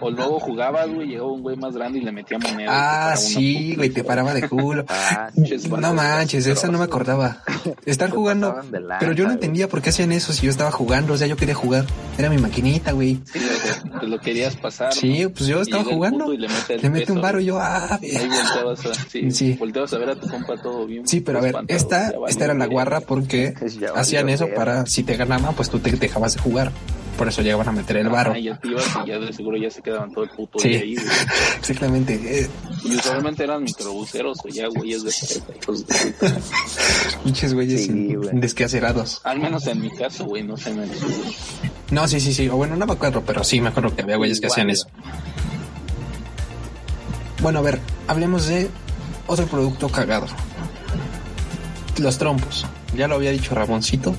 O luego jugabas, güey, llegaba un güey más grande y le metía moneda. Ah, sí, güey, te paraba de culo. Ah, Pinches No balas, manches, pero- esa no me acordaba. Estar Se jugando, pasaban de lanza, pero yo no güey. entendía por qué hacían eso si yo estaba jugando, o sea, yo quería jugar. Era mi maquinita, güey. Sí, güey, te lo querías pasar. Sí, ¿no? pues yo Y estaba llega el jugando, puto y le mete el le mete un peso, varo y güey. yo, ah, Ahí volteabas a, sí, Sí. volteabas a ver a tu compa todo bien. Sí, pero a ver, espantado, esta, ya valió, esta era la güey. guarra porque Ya valió hacían eso verga. para si te ganaban, pues tú te dejabas de jugar. Por eso llegaban a meter el barro. Ah, ya te ibas y ya de seguro ya se quedaban todo el puto Sí. día ahí, güey. Exactamente. eh, Y usualmente eran microbuseros o ya güeyes de prepa, hijos de puta. Pinches güeyes Sí, sin- güey. desquacerados. Al menos en mi caso, güey, no sé en el suyo. No, sí, sí, sí. O bueno, no me acuerdo, pero sí me acuerdo que había güeyes que hacían Igual, eso. Bueno, a ver, hablemos de otro producto cagado. Los trompos. Ya lo había dicho Ramoncito,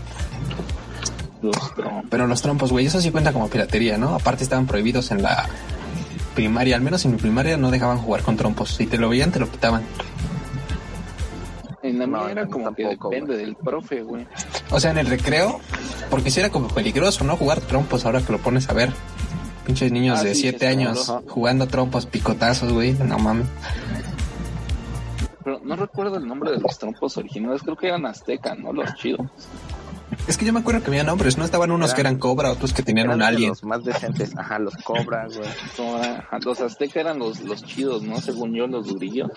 Los trompos. pero los trompos, güey, eso sí cuenta como piratería, ¿no? Aparte estaban prohibidos en la primaria, al menos en mi primaria no dejaban jugar con trompos. Si te lo veían, te lo quitaban. En la No, mía era no, como tampoco, que depende güey. del profe, güey. O sea, en el recreo, porque si era como peligroso, ¿no? Jugar trompos ahora que lo pones a ver. Pinches niños Ah, de sí, 7 sí, años claro. jugando trompos, picotazos, güey. No mames. Pero no recuerdo el nombre de los trompos originales, creo que eran aztecas, ¿no? Los chidos. Es que yo me acuerdo que había nombres, ¿no? Estaban unos Era- que eran cobra, otros que tenían Eran un de alien. Los más decentes. Ajá, los cobras, güey. No, era- Los aztecas eran los, los chidos, ¿no? Según yo, los durillos.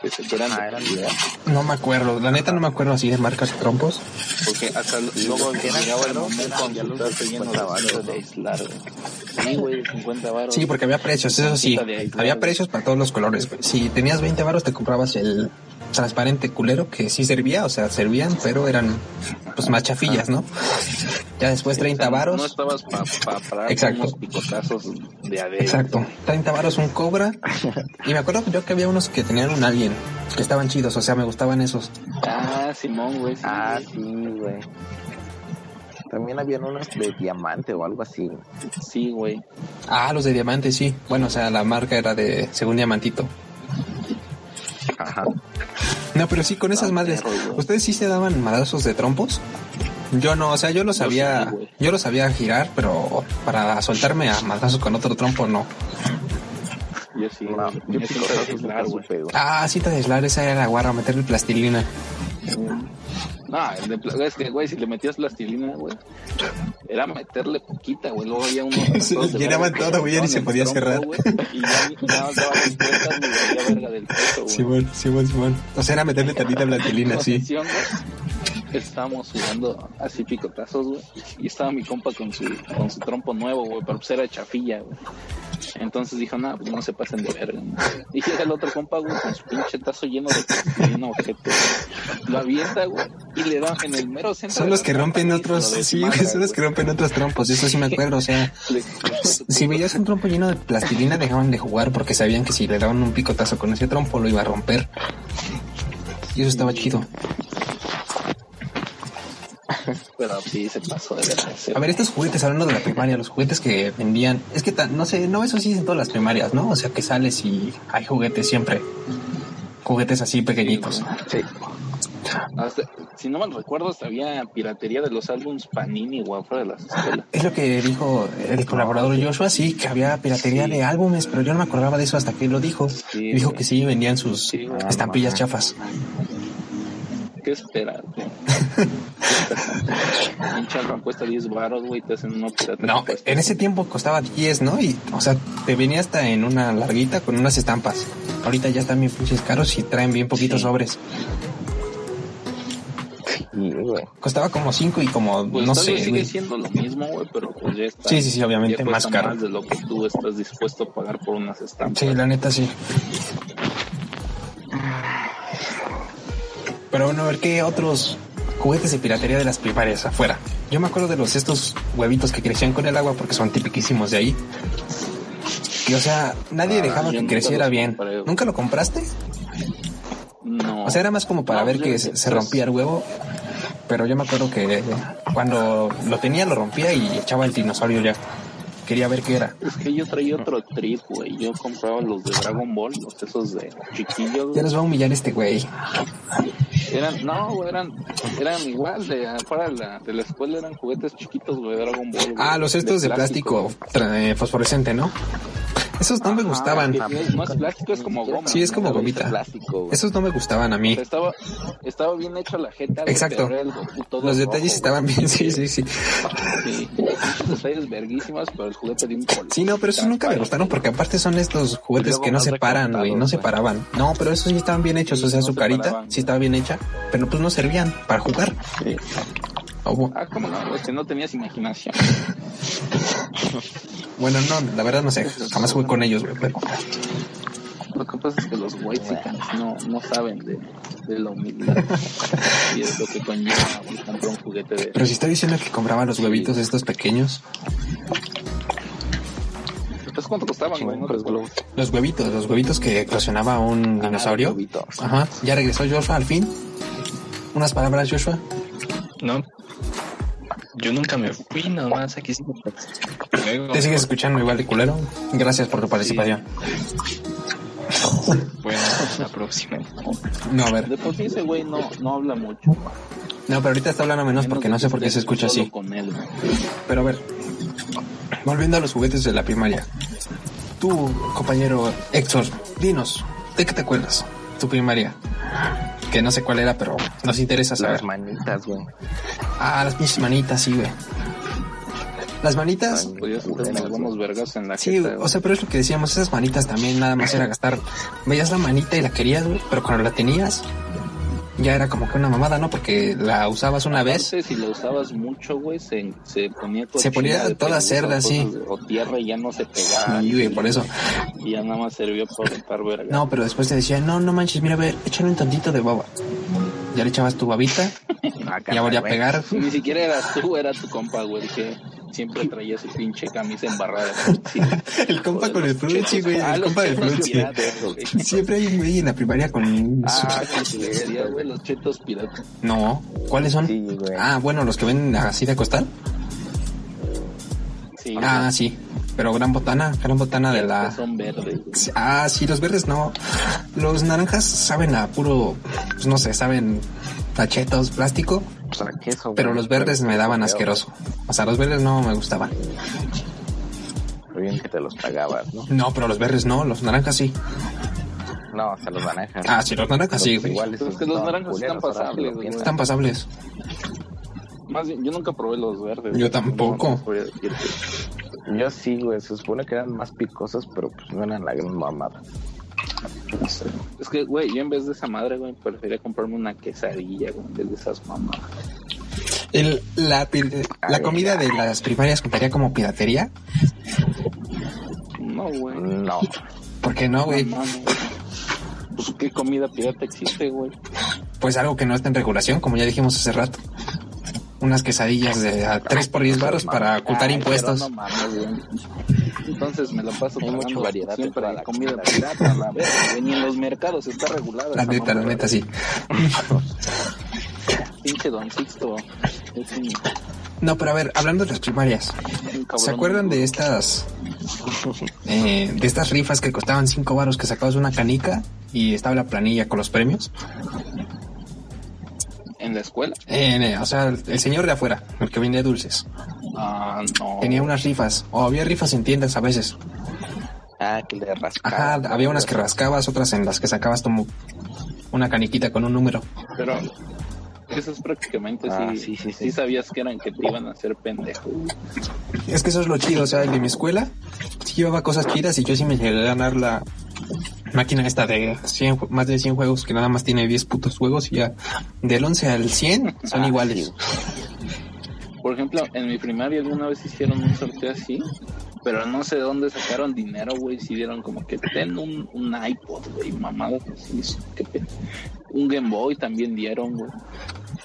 Que se que eran de Ah, eran calidad. No me acuerdo, la neta no me acuerdo así de marcas de trompos. Porque hasta luego llegaba el mamón con Ya su los traje lleno 50 de varos, cintas de ¿no? aislar, güey. Sí, güey, 50 varos. Sí, porque había precios, eso sí. Quita de ahí, Había claro. precios para todos los colores, güey. Si tenías 20 varos te comprabas el transparente culero que sí servía, o sea, servían, pero eran pues más chafillas, ¿no? Ah. Ya después 30 varos. No estabas para pa, parar Exacto. unos picotazos de adentro. Exacto, 30 varos un cobra. Y me acuerdo yo que había unos que tenían un alien, que estaban chidos, o sea, me gustaban esos. Ah, Simón, güey. sí, Ah, güey. sí, güey. También habían unos de diamante o algo así. sí, güey. Ah, los de diamante, sí. Bueno, o sea, la marca era de según diamantito. Ajá. No, pero sí, con esas Ah, madres. perro, güey. ¿Ustedes sí se daban madrazos de trompos? Yo no, o sea, yo lo sabía, güey. yo lo sabía girar, pero para soltarme a madrazos con otro trompo no. Yo sí, No, güey. yo yo sí pico te esos nunca supe, güey. Ah, cita de aislar, esa era la guarra, meterle plastilina. No, el de pla- es que, güey, si le metías plastilina, güey, era meterle poquita, güey. Luego había uno. Sí, llenaban todo, güey, ya ni se podía cerrar. y ya ni- nada más daban las vueltas ni veía verga del peso, güey. Simón, Simón, Simón. O sea, era meterle tantita plastilina, sí. Posición, güey. Estábamos jugando así picotazos, güey. Y estaba mi compa con su, con su trompo nuevo, güey, pero pues era chafilla, güey. Entonces dijo, no, pues no se pasen de verga. ¿no?". Y llega el otro compa, güey, con su pinche tazo lleno de plastilina, ojete. güey. Lo avienta, güey, y le da en el mero centro. Son de los la que trompa, rompen güey, otros, lo sí, desmadra, güey, son los que güey. rompen otros trompos, eso sí me acuerdo, o sea, Le- si veías un trompo lleno de plastilina dejaban de jugar porque sabían que si le daban un picotazo con ese trompo lo iba a romper. Y eso estaba chido. Pero sí, se pasó de verga. A ver, estos juguetes, hablando de la primaria, los juguetes que vendían, es que tan- no sé, no eso sí es en todas las primarias, ¿no? O sea, que sales y hay juguetes siempre. Juguetes así pequeñitos. Sí. Hasta- si no mal recuerdo, hasta había piratería de los álbums Panini, güey, afuera de las escuelas. Es lo que dijo el colaborador Joshua, sí, que había piratería de álbumes, pero yo no me acordaba de eso hasta que él lo dijo. Sí, dijo güey. que sí, vendían sus Sí, güey. estampillas chafas. ¿Qué esperar? güey? Un charro cuesta 10 baros, güey, te hacen una pirata. No, que cuesta- en ese tiempo costaba 10, ¿no? Y, o sea, te venía hasta en una larguita con unas estampas. Ahorita ya están bien pinches caros y traen bien poquitos Sí. sobres. Y, güey, Costaba como 5 y como, Pues no tal vez sé, sigue güey. siendo lo mismo, güey, pero pues ya está. Sí, sí, sí, obviamente ya cuesta más caro. más de lo que tú estás dispuesto a pagar por unas estampas. Sí, la neta sí. Pero bueno, a ver qué otros juguetes de piratería de las primarias afuera. Yo me acuerdo de los estos huevitos que crecían con el agua porque son tipiquísimos de ahí. Que, o sea, nadie Ah, dejaba yo que nunca creciera los bien. compré, güey. ¿Nunca lo compraste? No. O sea, era más como para No, ver yo- que se, se rompía el huevo. Pero yo me acuerdo que cuando lo tenía lo rompía y echaba el dinosaurio ya. Quería ver qué era. Es que yo traía otro trip, güey. Yo compraba los de Dragon Ball, los esos de chiquillos. Ya güey. nos va a humillar este güey. Eran, no, güey, eran, eran igual, de afuera de la, de la escuela eran juguetes chiquitos, güey, de Dragon Ball. güey, Ah, los estos de, plástico, tra- eh, fosforescente, ¿no? Esos no me Ajá, gustaban. que es- No es plástico, es como goma. Sí, es como güey. gomita. plástico, güey. Esos no me gustaban a O mí. sea, estaba, estaba bien hecho la jeta. güey, Exacto. pero era el- todo Los rojo, detalles güey. estaban bien, sí, sí, sí. Sí. Los detalles verguísimas, pero el juguete de un color. Sí, no, pero esos nunca me Transparente. gustaron porque aparte son estos juguetes luego que no más se paran, güey, no se paraban. No, pero esos sí estaban bien hechos, Sí, o sea, no su se carita paraban. sí estaba bien hecha, pero pues no servían para jugar. Sí. O bu- Ah, cómo no, güey, que no tenías imaginación. Bueno, no, la verdad no sé, jamás jugué con ellos, güey, pero Lo que pasa es que los white no, no saben de, de la humildad. y es lo que conlleva güey, comprar un juguete de... pero si está diciendo que compraba los huevitos estos pequeños, Entonces, ¿Pues ¿cuánto costaban, güey? No recuerdo. los huevitos, los huevitos que eclosionaba un dinosaurio. Ajá, ya regresó Joshua al fin. Unas palabras, Joshua. No. Yo nunca me fui, nomás aquí sigo. Luego, Te sigues escuchando igual de culero. Gracias por tu participación. Bueno, la próxima. No, a ver. De por sí ese güey no, no habla mucho. No, pero ahorita está hablando menos porque no sé por qué se escucha Solo así. con él, güey. Pero a ver. Volviendo a los juguetes de la primaria. Tú, compañero Héctor, dinos, ¿de qué te acuerdas? Tu primaria. Que no sé cuál era, pero nos interesa saber. Las manitas, güey. Ah, las pinches manitas, sí, güey. Las manitas, Podías hacer algunos vergas en la Sí, jeta, o sea, pero es lo que decíamos, esas manitas también nada más era gastar. Veías la manita y la querías, güey, pero cuando la tenías, ya era como que una mamada, ¿no? Porque la usabas una vez. Aparte, si lo usabas mucho, güey, se, se ponía toda Se ponía chida de toda pelusa, cerda, cosas sí. de- O tierra y ya no se pegaba. Sí, güey, por eso. Y ya nada más sirvió para aventar verga. No, pero después te decían, no, no manches, mira, a ver, échale un tantito de baba. Ya le echabas tu babita, Ah, ya volvía a pegar. Ni siquiera eras tú, era tu compa, güey, que siempre traía su pinche camisa embarrada. güey. Sí. El compa con el frutti, güey, Ah, el los compa del chetos frutti. piratas, güey. Siempre hay un güey en la primaria con... su- Ah, como te decía, güey, los chetos piratas. No, ¿cuáles Sí, son? güey. Ah, bueno, los que venden así de costal. Sí, Ah, sí, pero gran botana, gran botana de la... que son verdes. güey. Ah, sí, los verdes no. Los naranjas saben a puro, pues no sé, saben a chetos, plástico. pues a queso. güey. Pero los verdes me daban asqueroso. O sea, los verdes no me gustaban. Muy bien que te los pagabas, ¿no? No, pero los verdes no, los naranjas sí. No, o sea, los naranjas. Ah, sí, los naranjas sí, güey. Iguales. Es que los naranjas están pasables, güey. Están pasables. Más bien, yo nunca probé los verdes. Yo tampoco. No, voy a decirte. Yo sí, güey. Se supone que eran más picosos, pero pues no eran la gran mamada. Es que, güey, yo en vez de esa madre, güey, preferiría comprarme una quesadilla, güey, en vez de esas mamadas. El- la, pir- la comida de las primarias contaría como piratería. No, güey. No. ¿Por qué no, güey? No mames. Pues qué comida pirata existe, güey. Pues algo que no está en regulación, como ya dijimos hace rato. Unas quesadillas de a 3 por 10 barros para ocultar Ay, impuestos. pero no mames, güey. Entonces me la paso Hay con mucha mucha variedad variedad. Siempre en hay toda comida la pirata, la verga, güey. Ni en los mercados está regulado. La neta, la neta, sí. Pinche don Sixto. Es un, No, pero a ver, hablando de las primarias, un cabrón. ¿se acuerdan de estas eh, de estas rifas que costaban 5 varos que sacabas una canica y estaba la planilla con los premios? ¿En la escuela? Eh, eh, o sea, el el señor de afuera, el que vendía dulces, Ah, no. tenía unas rifas, o había rifas en tiendas a veces. Ah, que le rascaron. Ajá, había unas que rascabas, otras en las que sacabas como una caniquita con un número. Pero esas prácticamente Ah, sí, sí, sí, sí, sí. sabías que eran que te iban a hacer pendejo. Es que eso es lo chido, o sea, el de mi escuela sí llevaba cosas chidas y yo sí me llegué a ganar la máquina esta de 100, ju- más de 100 juegos que nada más tiene 10 putos juegos y ya del 11 al 100 son Ah, iguales. Por ejemplo, en mi primaria alguna vez hicieron un sorteo así, pero no sé de dónde sacaron dinero, güey. Si dieron como que ten un, un iPod, güey, mamadas así. qué pe- Un Game Boy también dieron, güey.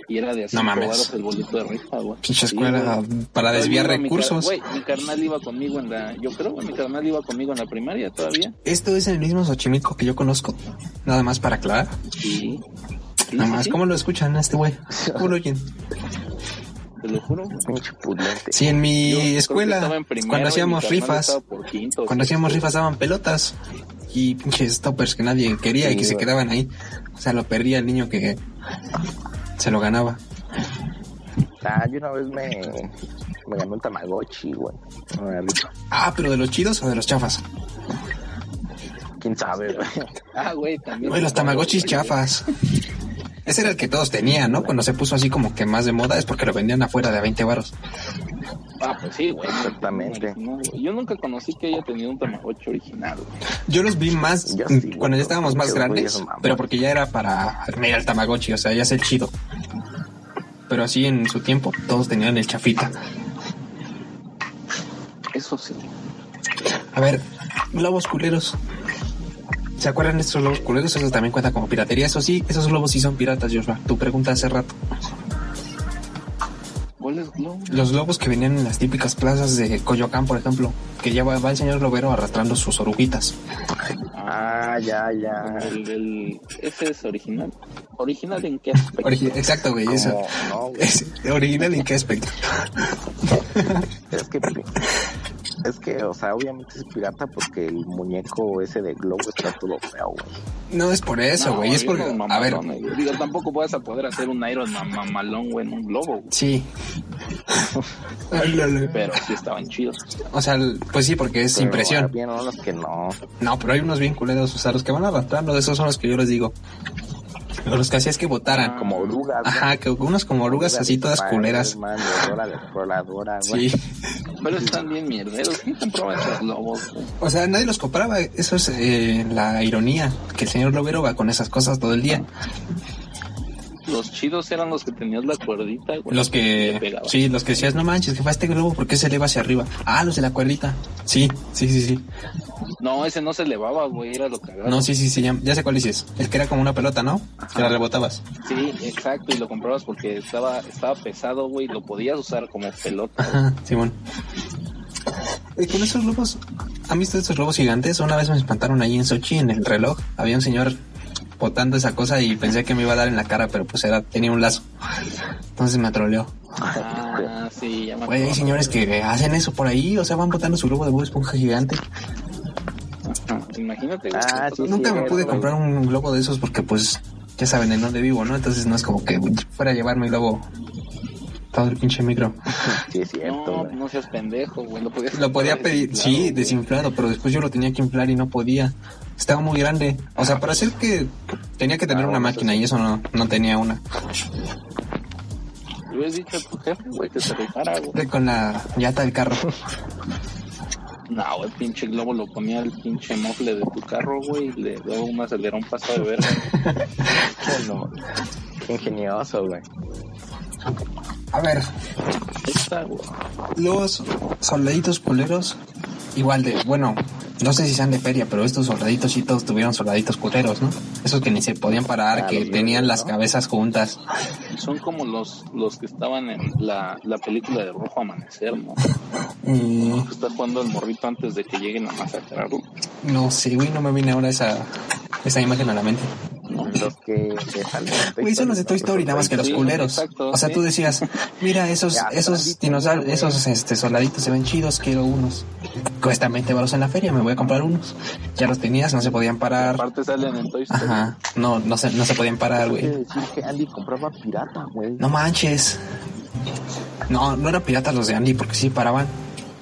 Y era de No hacer mames. el boleto de rifa, güey. Pinche Sí, escuela güey. para Todavía desviar iba mi car- recursos. Güey, mi carnal iba conmigo en la. Yo creo, güey, mi carnal iba conmigo en la primaria todavía. Esto es el mismo Xochimilco que yo conozco, nada más para aclarar. Sí. Sí, Nada sí, más, sí, ¿cómo lo escuchan a este güey? ¿Cómo lo oyen? Te lo juro, güey. Pinche pudente. Sí, en mi Yo creo que estaba escuela, en primero cuando y hacíamos mi carnal rifas, estaba pues este por quinto, cuando sexto. hacíamos rifas daban pelotas y pinches toppers que nadie quería y Sí, que se güey. quedaban ahí. O sea, lo perdía el niño que se lo ganaba. Ah, yo una vez me, me gané un Tamagotchi, güey. Una rifa. Ah, pero de los chidos o de los chafas. ¿Quién sabe, güey? Ah, güey, también. Güey, los tamagotchis chafas. Ese era el que todos tenían, ¿no? Cuando se puso así como que más de moda es porque lo vendían afuera de a 20 varos. Ah, pues sí, güey. Exactamente. No, güey, yo nunca conocí que haya tenido un Tamagotchi original, güey. Yo los vi más Yo sí, cuando güey, ya estábamos más pinches grandes, güeyes, mamá. pero porque ya era para mira el tamagotchi, o sea, ya es el chido. Pero así en su tiempo todos tenían el chafita. Eso sí. A ver, globos culeros. ¿Se acuerdan de estos globos culeros? Eso también cuenta como piratería. Eso sí, esos globos sí son piratas, Joshua. Tu pregunta hace rato. ¿Cuáles globos? Los globos que venían en las típicas plazas de Coyoacán, por ejemplo, que ya va, va el señor globero arrastrando sus oruguitas. Ah, ya, ya. El, el- ese es original. ¿Original en qué aspecto? Origi- Exacto, güey, eso. Como, no, güey. Es original en qué aspecto. Es que, es que, o sea, obviamente es pirata porque el muñeco ese de globo está todo feo, güey. No es por eso, No, güey, es yo porque, no, a ver, mamalones, güey. Digo, tampoco vas a poder hacer un Iron Man mamalón, güey, en un globo, güey. sí. Ay, lole. Pero sí estaban chidos. o sea, el- pues sí, porque es impresión. Bien, unos que no. No, pero hay unos bien culeros, o sea, los que van arrastrando, esos son los que yo les digo. Los que hacías que votaran. Como orugas. ¿no? Ajá, que unos como orugas así todas culeras. Man, Dora la exploradora, güey. Sí. Pero están bien mierderos. ¿Quién compraba esos globos, güey? O sea, nadie los compraba. Eso es eh, la ironía, que el señor Lobero va con esas cosas todo el día. Los chidos eran los que tenías la cuerdita, güey. Los y le que... pegabas. Sí, los que decías, no manches, que fue este globo, ¿por qué se eleva hacia arriba? Ah, los de la cuerdita. Sí, sí, sí, sí. No, ese no se elevaba, güey, era lo cagado. No, sí, sí, sí, ya, ya sé cuál dices. El que era como una pelota, ¿no? Que la rebotabas. Sí, exacto, y lo comprabas porque estaba estaba pesado, güey, lo podías usar como pelota. Ajá, Simón. Eh, Con esos globos, ¿han visto estos globos gigantes? Una vez me espantaron ahí en Sochi, en el reloj. Había un señor botando esa cosa y pensé que me iba a dar en la cara, pero pues era, tenía un lazo. Entonces me atroleó. Ah, sí, ya me Güey, hay señores que hacen eso por ahí, o sea, van botando su globo de Bob Esponja gigante. acuerdo. Imagínate, güey. Ah, sí, Entonces, Nunca sí, me güey, pude güey. comprar un globo de esos porque pues ya saben en dónde vivo, ¿no? Entonces no es como que fuera a llevarme y luego todo el pinche micro. Sí, es cierto. No, güey. no seas pendejo, güey. Lo, podías Lo podía comprar pedir, desinflado, sí, güey. desinflado, pero después yo lo tenía que inflar y no podía. Estaba muy grande. O sea, para hacer que tenía que tener Ah, una bueno, máquina eso sí. y eso no, no tenía una. Le hubieras dicho a tu jefe, güey, que se rifara, güey. Fue Con la llanta del carro. No, el pinche globo lo ponía el pinche mofle de tu carro, güey, y le daba un acelerón pasado de verga. Bueno, qué ingenioso, güey. A ver, Ahí está, güey. los soldaditos culeros, igual de, bueno, no sé si sean de feria, pero estos soldaditos sí todos tuvieron soldaditos culeros, ¿no? Esos que ni se podían parar, Ah, que los de- tenían las ¿no? cabezas juntas. Son como los, los que estaban en la, la película de Rojo Amanecer, ¿no? Y Que está jugando el morrito antes de que lleguen a masacrarlo. no sé, güey, no me viene ahora esa, esa imagen a la mente. Los que que salen en Toy Güey, son Story, los de Toy ¿no? Story, nada más que los Sí, culeros. exacto, o sea, sí. tú decías, mira, esos, Ya, esos maldito, dinosaurios, güey. esos este, soldaditos se ven chidos, quiero unos. Cuesta 20 baros en la feria, me voy a comprar unos. Ya los tenías, no se podían parar. Aparte salen en Toy Story. Ajá, no, no se, no se podían parar, Quiere güey. decir que Andy compraba pirata, güey. No manches. No, no eran piratas los de Andy, porque sí paraban.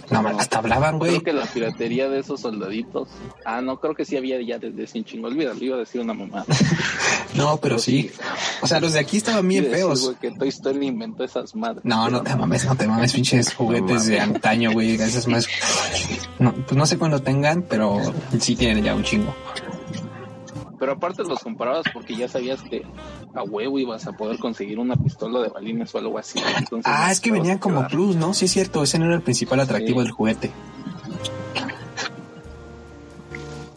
No, man, hasta hablaban, güey. Creo que la piratería de esos soldaditos. Ah, no, creo que sí había ya desde sin chingo. Olvídalo, iba a decir una mamada. No, pero sí. O sea, los de aquí estaban bien Iba a decir, feos. güey, que Toy Story inventó esas madres. No, no te mames, no te mames, pinches juguetes de antaño, güey. Esas más. No, pues no sé cuándo tengan, pero sí tienen ya un chingo. Pero aparte los comparabas porque ya sabías que a huevo ibas a poder conseguir una pistola de balines o algo así. Entonces, Ah, es que los venían como quedar. plus, ¿no? Sí, es cierto, ese no era el principal atractivo Sí. del juguete.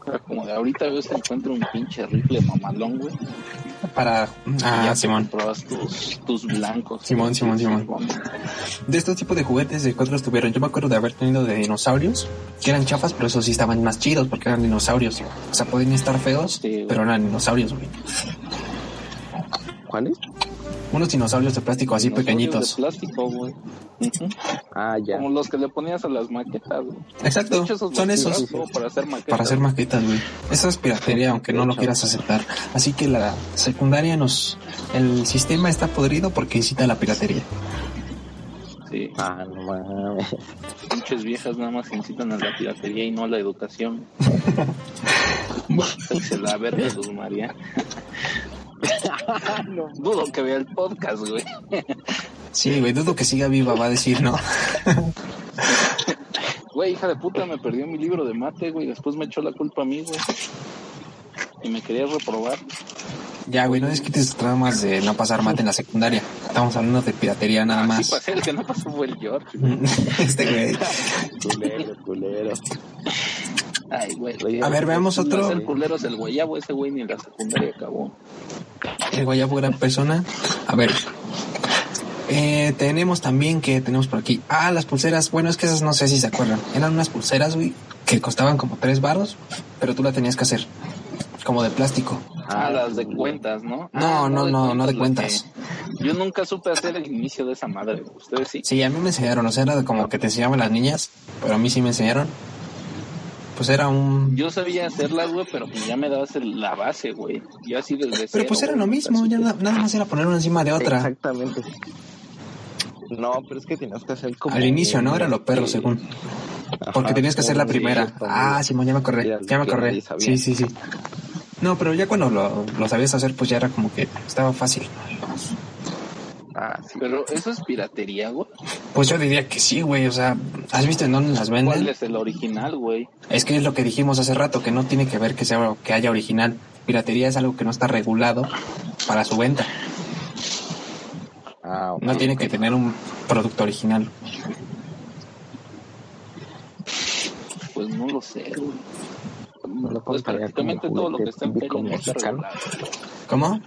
Era Como de ahorita yo se encuentra un pinche rifle mamalón, güey. Para. y Ah, ya Simón. Comprabas tus, tus blancos. Simón, Simón, Simón. De estos tipos de juguetes, ¿de cuántos tuvieron? Yo me acuerdo de haber tenido de dinosaurios, que eran chafas, pero esos sí estaban más chidos porque eran dinosaurios. O sea, podían estar feos, Sí, güey. pero eran dinosaurios, güey. ¿Cuáles? Unos dinosaurios de plástico así Dinosaurios pequeñitos. De plástico, güey. Ujú. Ah, ya. Como los que le ponías a las maquetas, güey. De Exacto, hecho, esos son los esos. usas, güey, para hacer maquetas. para hacer maquetas, güey. Esa es piratería, aunque no lo quieras aceptar. Así que la secundaria nos... El sistema está podrido porque incita a la piratería. Sí, Ah, no mames. pinches viejas nada más incitan a la piratería y no a la educación. Se la verga, Luz María. Dudo que vea el podcast, güey. Sí, güey, dudo que siga viva, va a decir, ¿no? Güey, hija de puta, me perdió mi libro de mate, güey. Después me echó la culpa a mí, güey. Y me quería reprobar. Ya, güey, no desquites tus traumas de no pasar mate en la secundaria. Estamos hablando de piratería nada Así más. pasé, el que no pasó fue el George. güey. Este güey. Culero, culero. Ay, güey. Oye, A ver, veamos otro. El culero es el guayabo, ese güey ni en la secundaria acabó. El guayabo gran persona. A ver. Eh, tenemos también que tenemos por aquí. Ah, las pulseras. Bueno, es que esas no sé si se acuerdan. Eran unas pulseras, güey, que costaban como tres baros, pero tú la tenías que hacer. Como de plástico. Ah, las de cuentas, ¿no? No, Ah, no, no, no de las que- Yo nunca supe hacer el inicio de esa madre. güey. Ustedes sí. Sí, a mí me enseñaron, o sea, era de como que te enseñaban las niñas, pero a mí sí me enseñaron. Pues era un... Yo sabía hacerlas, güey, pero pues ya me dabas el- la base, güey. Yo así desde Pero pues era lo mismo, ya na- nada más era poner una encima de otra. Exactamente. No, pero es que tenías que hacer como. Al inicio, ¿no? Era lo perro, según. Ajá, Porque tenías que hacer la como primera. directo, Ah, güey. Simón, ya me acordé. Ya- Ya me ya acordé. nadie sabía. Sí, sí, sí. No, pero ya cuando lo, lo sabías hacer, pues ya era como que estaba fácil. Ah, sí. Pero eso es piratería, güey. Pues yo diría que sí, güey. O sea, ¿has visto en dónde las ¿Cuál venden? es el original, güey? Es que es lo que dijimos hace rato, que no tiene que ver que sea que haya original. Piratería es algo que no está regulado para su venta. Ah, ok. No tiene que tener un producto original. Pues no lo sé, güey. No lo Pues contaría prácticamente como todo lo que juguete está en típico feria no está mexicano. regulado. ¿Cómo?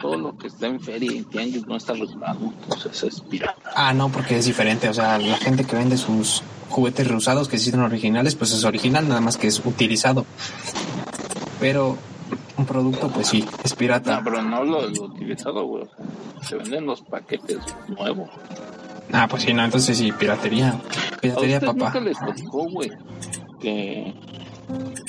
Todo lo que está en feria y en tianguis no está regulado. Entonces eso es pirata. Ah, no, porque es diferente. O sea, la gente que vende sus juguetes reusados que sí son originales, pues es original, nada más que es utilizado. Pero un producto, pues sí, es pirata. No, pero no lo, lo utilizado, güey. O sea, Se venden los paquetes nuevos. Ah, pues sí, no, entonces sí, piratería. ¿A Piratería, ustedes papá. nunca les tocó, güey, que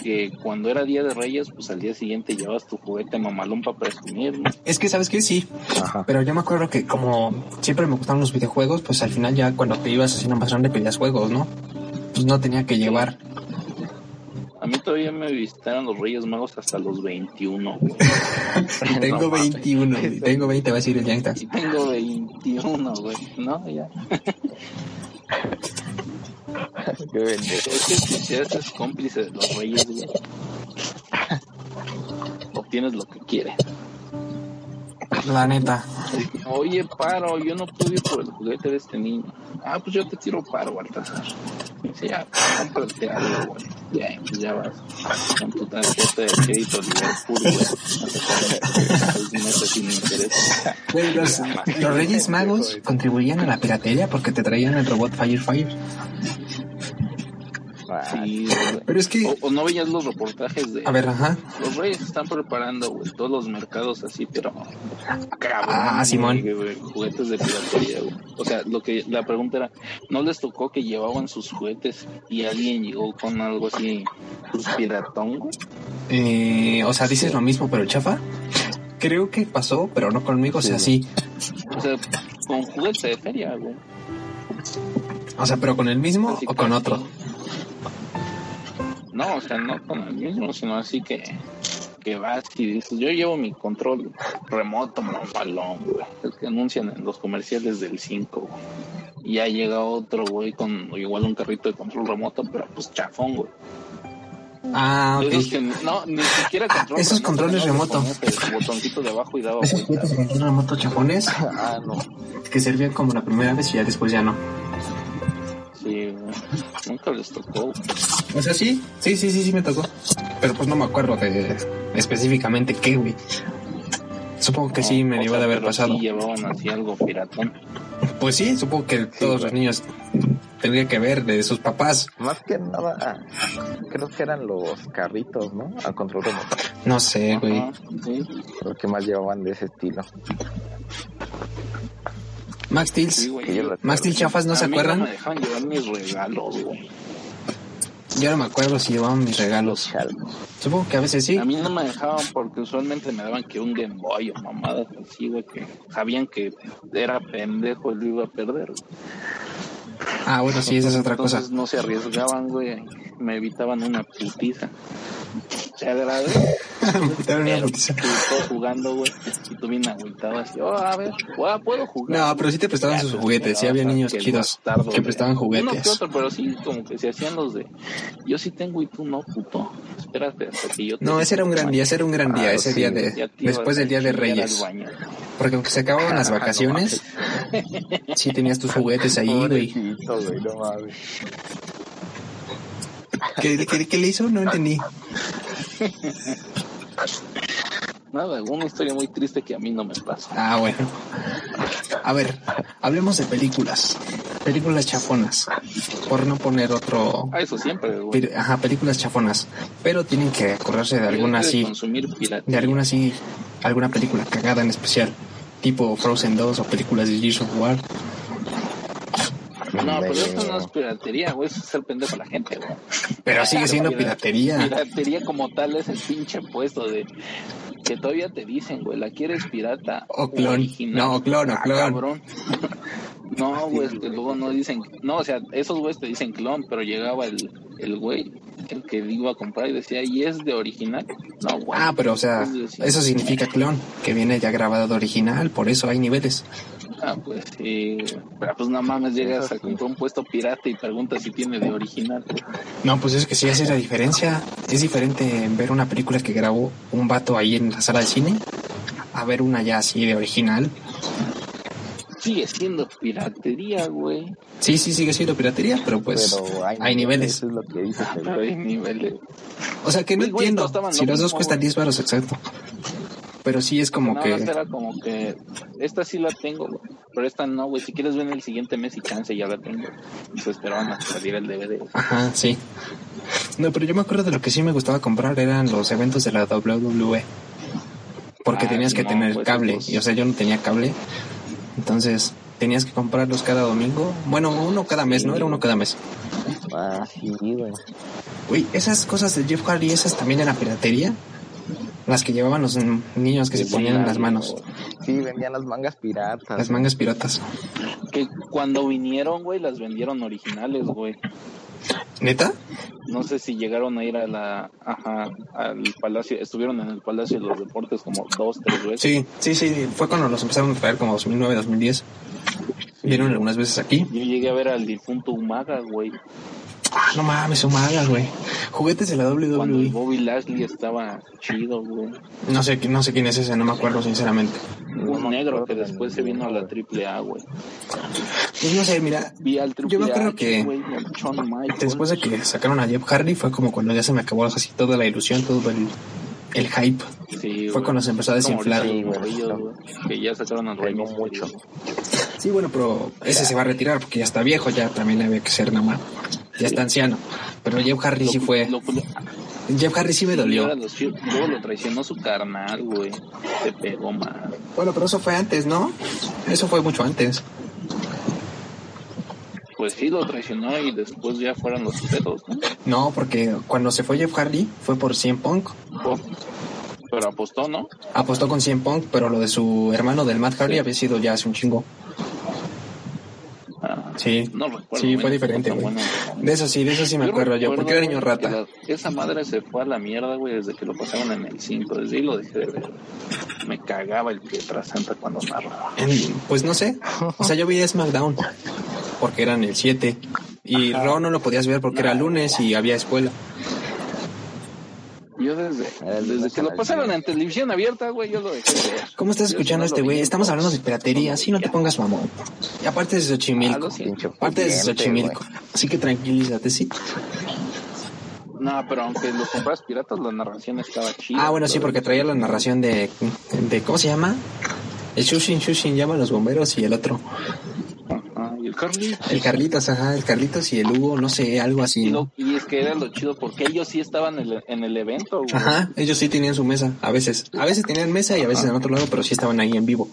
que cuando era Día de Reyes, pues al día siguiente llevas tu juguete mamalón para presumir, ¿no? Es que, ¿sabes qué? Sí. Ajá. Pero yo me acuerdo que como siempre me gustaban los videojuegos, pues al final ya cuando te ibas así nomás grande pedías juegos, ¿no? Pues no tenía que llevar. A mí todavía me visitaron los Reyes Magos hasta los 21, güey. Y tengo No mames. 21, y tengo 20, va a decir el Yankees. Y tengo 21, güey. No, ya. Qué Es pendejo. que si te haces cómplice de los Reyes, güey, obtienes lo que quieres. La neta. Oye, paro, yo no pude ir por el juguete de este niño. Ah, pues yo te tiro paro, Baltasar. Dice, ya, cómprate algo, güey. Ya, pues ya vas. Con tu tarjeta de crédito Liverpool, güey. Pues Hasta con seis meses sin interés. Güey, los, los Reyes Magos contribuían a la piratería porque te traían el robot Firefire. Ah, Sí, güey. Pero es que... O, o no veías los reportajes de... A ver, ajá. Los reyes están preparando, güey, todos los mercados así, pero... Cabrón, Ah, Simón. güey, güey, juguetes de piratería, güey. O sea, lo que, la pregunta era, ¿no les tocó que llevaban sus juguetes y alguien llegó con algo así, pues, piratón, güey? Eh, o sea, dices lo mismo, pero chafa. Creo que pasó, pero no conmigo, o sea, sí. O sea, con juguete de feria, güey. O sea, pero con el mismo Así o con que- otro. No, o sea, no con el mismo, sino así que... Que vas y dices, yo llevo mi control remoto, mamalón, güey. El que anuncian en los comerciales del 5, güey. Y ya llega otro, güey, con igual un carrito de control remoto, pero pues chafón, güey. Ah, De esos ok. que no, ni siquiera Ah, control esos remoto, controles ¿no? remoto. Ponías el botoncito de abajo y daba Esos vueltas. juguetes con una moto chafones Ah, no. que servían como la primera vez y ya después ya no. Sí, güey. nunca les tocó. güey. O sea, sí, sí, sí, sí, sí me tocó. Pero pues no me acuerdo de específicamente qué, güey. Supongo que sí No, me o debió sea, de haber pero pasado. Sí llevaban así algo piratón. Pues sí, supongo que todos los niños tendrían que ver de sus papás. Más que nada, ah, creo que eran los carritos, ¿no? A control remoto. No sé, güey. Ajá, sí. Lo que más llevaban de ese estilo. Max Tills. Sí, güey. Que yo recuerdo. Max Steel Chafas, ¿no A se mí acuerdan? No me dejaban llevar mis regalos, güey. Yo no me acuerdo si llevaban mis regalos. Chale. Supongo que a veces sí. A mí no me dejaban porque usualmente me daban que un Game Boy o mamadas así, güey, que sabían que era pendejo y lo iba a perder. güey. Ah, bueno, sí, esa es otra cosa. Entonces no se arriesgaban, güey. Me evitaban una putiza. Se agradó. Putaron una Pero putiza. estuvo jugando, güey. Y tú bien agüitado así. Oh, a ver, oh, puedo jugar. No, pero sí te prestaban Ya, sus pues, juguetes. Sí mira, había o sea, niños que el chidos bastardo, que güey. prestaban Uno que juguetes. otro, pero sí, como que se hacían los de. Yo sí tengo y tú no, puto. Espérate hasta que yo. te- No, ese era un gran día, ese era un gran día, Ah, ese sí, día Ya de... te ibas Después del Día de a chingar Reyes. al baño. Ah, Porque aunque se acababan las vacaciones, sí tenías tus juguetes ahí, güey. Pobrecito, güey, no mames. ¿Qué, qué, qué le hizo? No entendí. Nada, una historia muy triste que a mí no me pasa. Ah, bueno. A ver, hablemos de películas. Películas chafonas. Por no poner otro... Ah, eso siempre, güey. pir- Ajá, películas chafonas. Pero tienen que acordarse de alguna Debe así... Consumir de piratería. alguna sí, alguna película cagada en especial, tipo Frozen 2 o películas de Gears of War. No, pero eso no es piratería, güey. Eso es ser pendejo a la gente, güey. Pero sigue siendo Pirata- piratería. Piratería como tal es el pinche puesto de. Que todavía te dicen, güey, la quieres pirata. O clon. original. No, clon, Ah, o Ah, clon. cabrón. No, güey, es que luego no dicen. No, o sea, esos güeyes te dicen clon, pero llegaba el, el güey, el que iba a comprar y decía, ¿y es de original? No, güey. Ah, pero o sea, eso significa clon, que viene ya grabado de original, por eso hay niveles. Ah, pues sí. güey. Pero pues no mames, llegas a comprar un puesto pirata y preguntas si tiene de original. No, pues es que sí hace la diferencia. Es diferente ver una película que grabó un vato ahí en la sala de cine a ver una ya así de original. Sigue siendo piratería, güey. Sí, sí, sigue siendo piratería, pero pues Pero hay niveles. Eso es lo que dices, güey. Pero hay niveles. O sea que no Güey, güey, entiendo costaban lo si los dos mismo, cuestan güey. 10 varos, exacto. Pero sí es como Nada que... más era como que esta sí la tengo, güey, pero esta no, güey. Si quieres ven el siguiente mes y chance ya la tengo. Y se esperaban a salir el DVD. Ajá, sí. No, pero yo me acuerdo de lo que sí me gustaba comprar eran los eventos de la WWE. Porque Ah, tenías que no, tener pues, cable. pues. Y o sea, yo no tenía cable. Entonces, tenías que comprarlos cada domingo. Bueno, uno cada mes, ¿no? Era uno cada mes. Ah, sí, güey. Güey, esas cosas de Jeff Hardy, esas también eran piratería. Las que llevaban los mm, niños que se ponían en las manos. Sí, vendían las mangas piratas. Las mangas piratas. Que cuando vinieron, güey, las vendieron originales, güey. ¿Neta? No sé si llegaron a ir a la, ajá, al palacio, estuvieron en el palacio de los deportes como dos, tres veces. Sí, sí, sí. Fue cuando los empezaron a traer como 2009, 2010. Vieron algunas veces aquí. Yo llegué a ver al difunto Umaga, güey, Ah, no mames, humagas, güey. Juguetes de la E. cuando WWE. el Bobby Lashley estaba chido, güey. No sé, no sé quién es ese, no me acuerdo sinceramente. Un negro que después se vino a la AAA, güey. Pues no sé, mira, Vi al Yo AAA, me acuerdo que güey, al Shawn Michaels. después de que sacaron a Jeff Hardy fue como cuando ya se me acabó así toda la ilusión, todo el, el hype. Sí, Fue güey. cuando se empezó a Como ahorita desinflar. los morrillos, güey, Que ya sacaron al rey mucho. Sí, bueno, pero ese se va a retirar porque ya está viejo, ya también había que ser nada más. Ya está anciano. Pero Jeff Hardy sí fue. Jeff Hardy sí me dolió. Luego lo traicionó su carnal, güey. Te pegó mal. Bueno, pero eso fue antes, ¿no? Eso fue mucho antes. Pues sí, lo traicionó y después ya fueron los pedos, ¿no? No, porque cuando se fue Jeff Hardy fue por 100 Punk. Pues, Pero apostó, ¿no? Apostó con 100 Punk, pero lo de su hermano del Matt Hardy había sido ya hace un chingo. Ah, Sí. No recuerdo. Sí, bueno, fue diferente, pero güey. bueno. De eso sí, de eso sí me acuerdo yo, porque era niño güey, rata. que la- esa madre se fue a la mierda, güey, desde que lo pasaron en el 5. Desde ahí lo dejé de ver. Me cagaba el Pietra Santa cuando narraba. En- pues no sé. O sea, yo veía SmackDown porque eran el 7. Y Raw no lo podías ver porque era lunes y había escuela. Yo desde, Era el desde lunes que a lo las pasaron diez. en televisión abierta, güey, yo lo dejé de ver. ¿Cómo estás Yo escuchando a solo este lo güey? vi en Estamos hablando de dos. piratería, así no te pongas mamón. Y aparte de Ah, Xochimilco. lo siento. Aparte de Pudiente, Xochimilco. Así que tranquilízate, sí. No, pero aunque los compras piratas, la narración estaba chida. Ah, bueno, sí, pero- porque traía la narración de. de ¿Cómo se llama? El Shushin Shushin llama a los bomberos y el otro. Ajá, Ah, y el Carly. El Carlitos, ajá, el Carlitos y el Hugo, no sé, algo Y, así. lo- y es que era lo chido porque ellos sí estaban en el, en el evento, güey. Ajá, ellos sí tenían su mesa, a veces. A veces tenían mesa y a veces en otro lado, pero sí estaban ahí en vivo.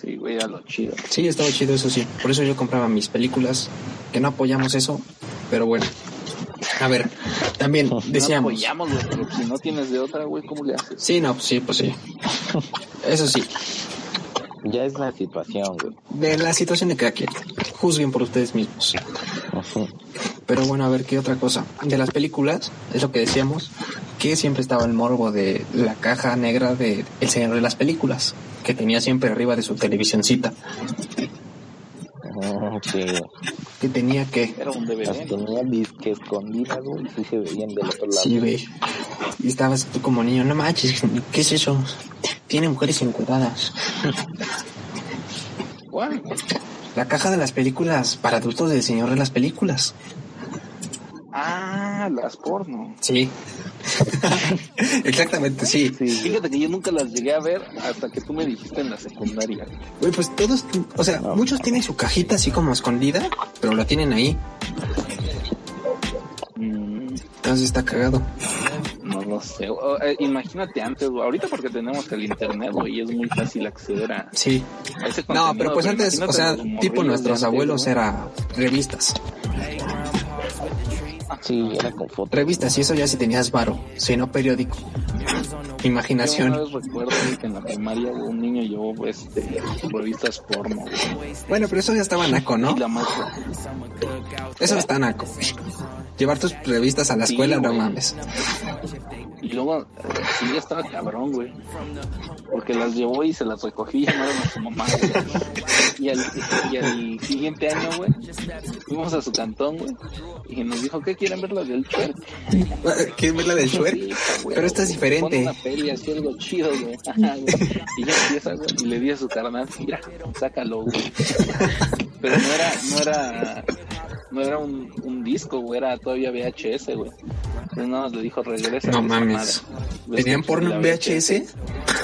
Sí, güey, era lo chido. Sí, estaba chido, eso sí. Por eso yo compraba mis películas, que no apoyamos eso, pero bueno. A ver, también No decíamos. apoyamos, güey, pero si no tienes de otra, güey, ¿cómo le haces? Sí, no, pues sí, pues sí. Eso sí, Ya es la situación, güey. de la situación de cada quien. Juzguen por ustedes mismos. Ujú. Pero bueno, a ver, ¿qué otra cosa? De las películas, es lo que decíamos, que siempre estaba el morbo de la caja negra de El Señor de las Películas, que tenía siempre arriba de su televisioncita, Ujú, Sí, güey. que tenía que... Era un Las DVD. tenía disque escondidas, güey. Sí se veían del otro lado. Sí, güey. Y estabas tú como niño, no manches, ¿qué es eso? Tiene mujeres encuadradas. ¿Cuál, güey? La caja de las películas para adultos del Señor de las Películas. Ah, las porno. Sí. Exactamente, sí. Fíjate que yo nunca las llegué a ver hasta que tú me dijiste en la secundaria. Güey, pues todos, o sea, muchos tienen su cajita así como escondida, pero la tienen ahí. Mm, Entonces está cagado. no lo sé. O, eh, imagínate antes, güey. Ahorita porque tenemos el internet, güey, y es muy fácil acceder a Sí. ese No, contenido, pero pues antes, o imagínate sea, los morrillos tipo de nuestros antes, abuelos güey. era revistas. Sí, era con fotos. Revistas, y eso ya si tenías varo, si no periódico. Yo una Imaginación. vez recuerdo güey, que en la primaria güey, un niño llevó güey, este, revistas porno, güey. Bueno, pero eso ya estaba naco, ¿no? Y la maestra, Eso está naco. Llevar tus revistas a la Sí, escuela, no güey. mames. Y luego, eh, sí, ya estaba cabrón, güey. Porque las llevó y se las recogió y llamaron a su mamá. güey. Y al, y al siguiente año, güey, fuimos a su cantón, güey. Y nos dijo, ¿qué quieren ver las del Chuer? ¿Quieres ver la del Shrek? Pero esta es Pon una diferente. feria, así algo chido, güey. Ajá, güey. Y ya empieza, güey. Y le di a su carnal, mira, sácalo, güey. Pero no era, no era, no era un, un disco, güey. Era todavía VHS, güey. Entonces nada más le dijo, regresa. No mames. ¿Tenían porno en VHS?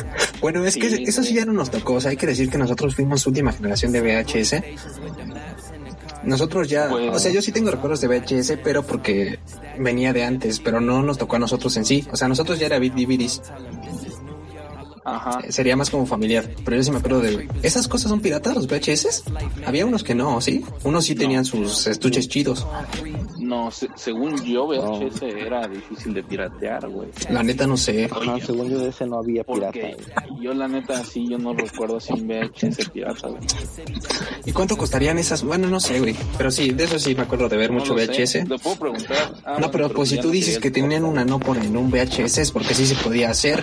Bueno, es que Sí, eso sí güey. ya no nos tocó. O sea, hay que decir que nosotros fuimos su última generación de VHS. Nosotros ya, Bueno. o sea, yo sí tengo recuerdos de VHS, pero porque venía de antes, pero no nos tocó a nosotros en sí. O sea, nosotros ya era DVDs, Ajá. eh, sería más como familiar, pero yo sí me acuerdo de... ¿Esas cosas son piratas, los VHS? Había unos que no, ¿sí? Unos sí tenían sus estuches chidos. No, se- según yo, VHS era difícil de piratear, güey. La neta no sé. Ajá, según yo de ese no había pirata. Porque yo, la neta, sí, yo no recuerdo si un VHS pirata, güey. ¿Y cuánto costarían esas? Bueno, no sé, güey. Pero sí, de eso sí me acuerdo de ver No mucho lo sé. VHS. Lo puedo preguntar. Ah, No, bueno, pero pues si ya tú no dices quería que el tenían podcast. una no por en un VHS es porque sí se podía hacer.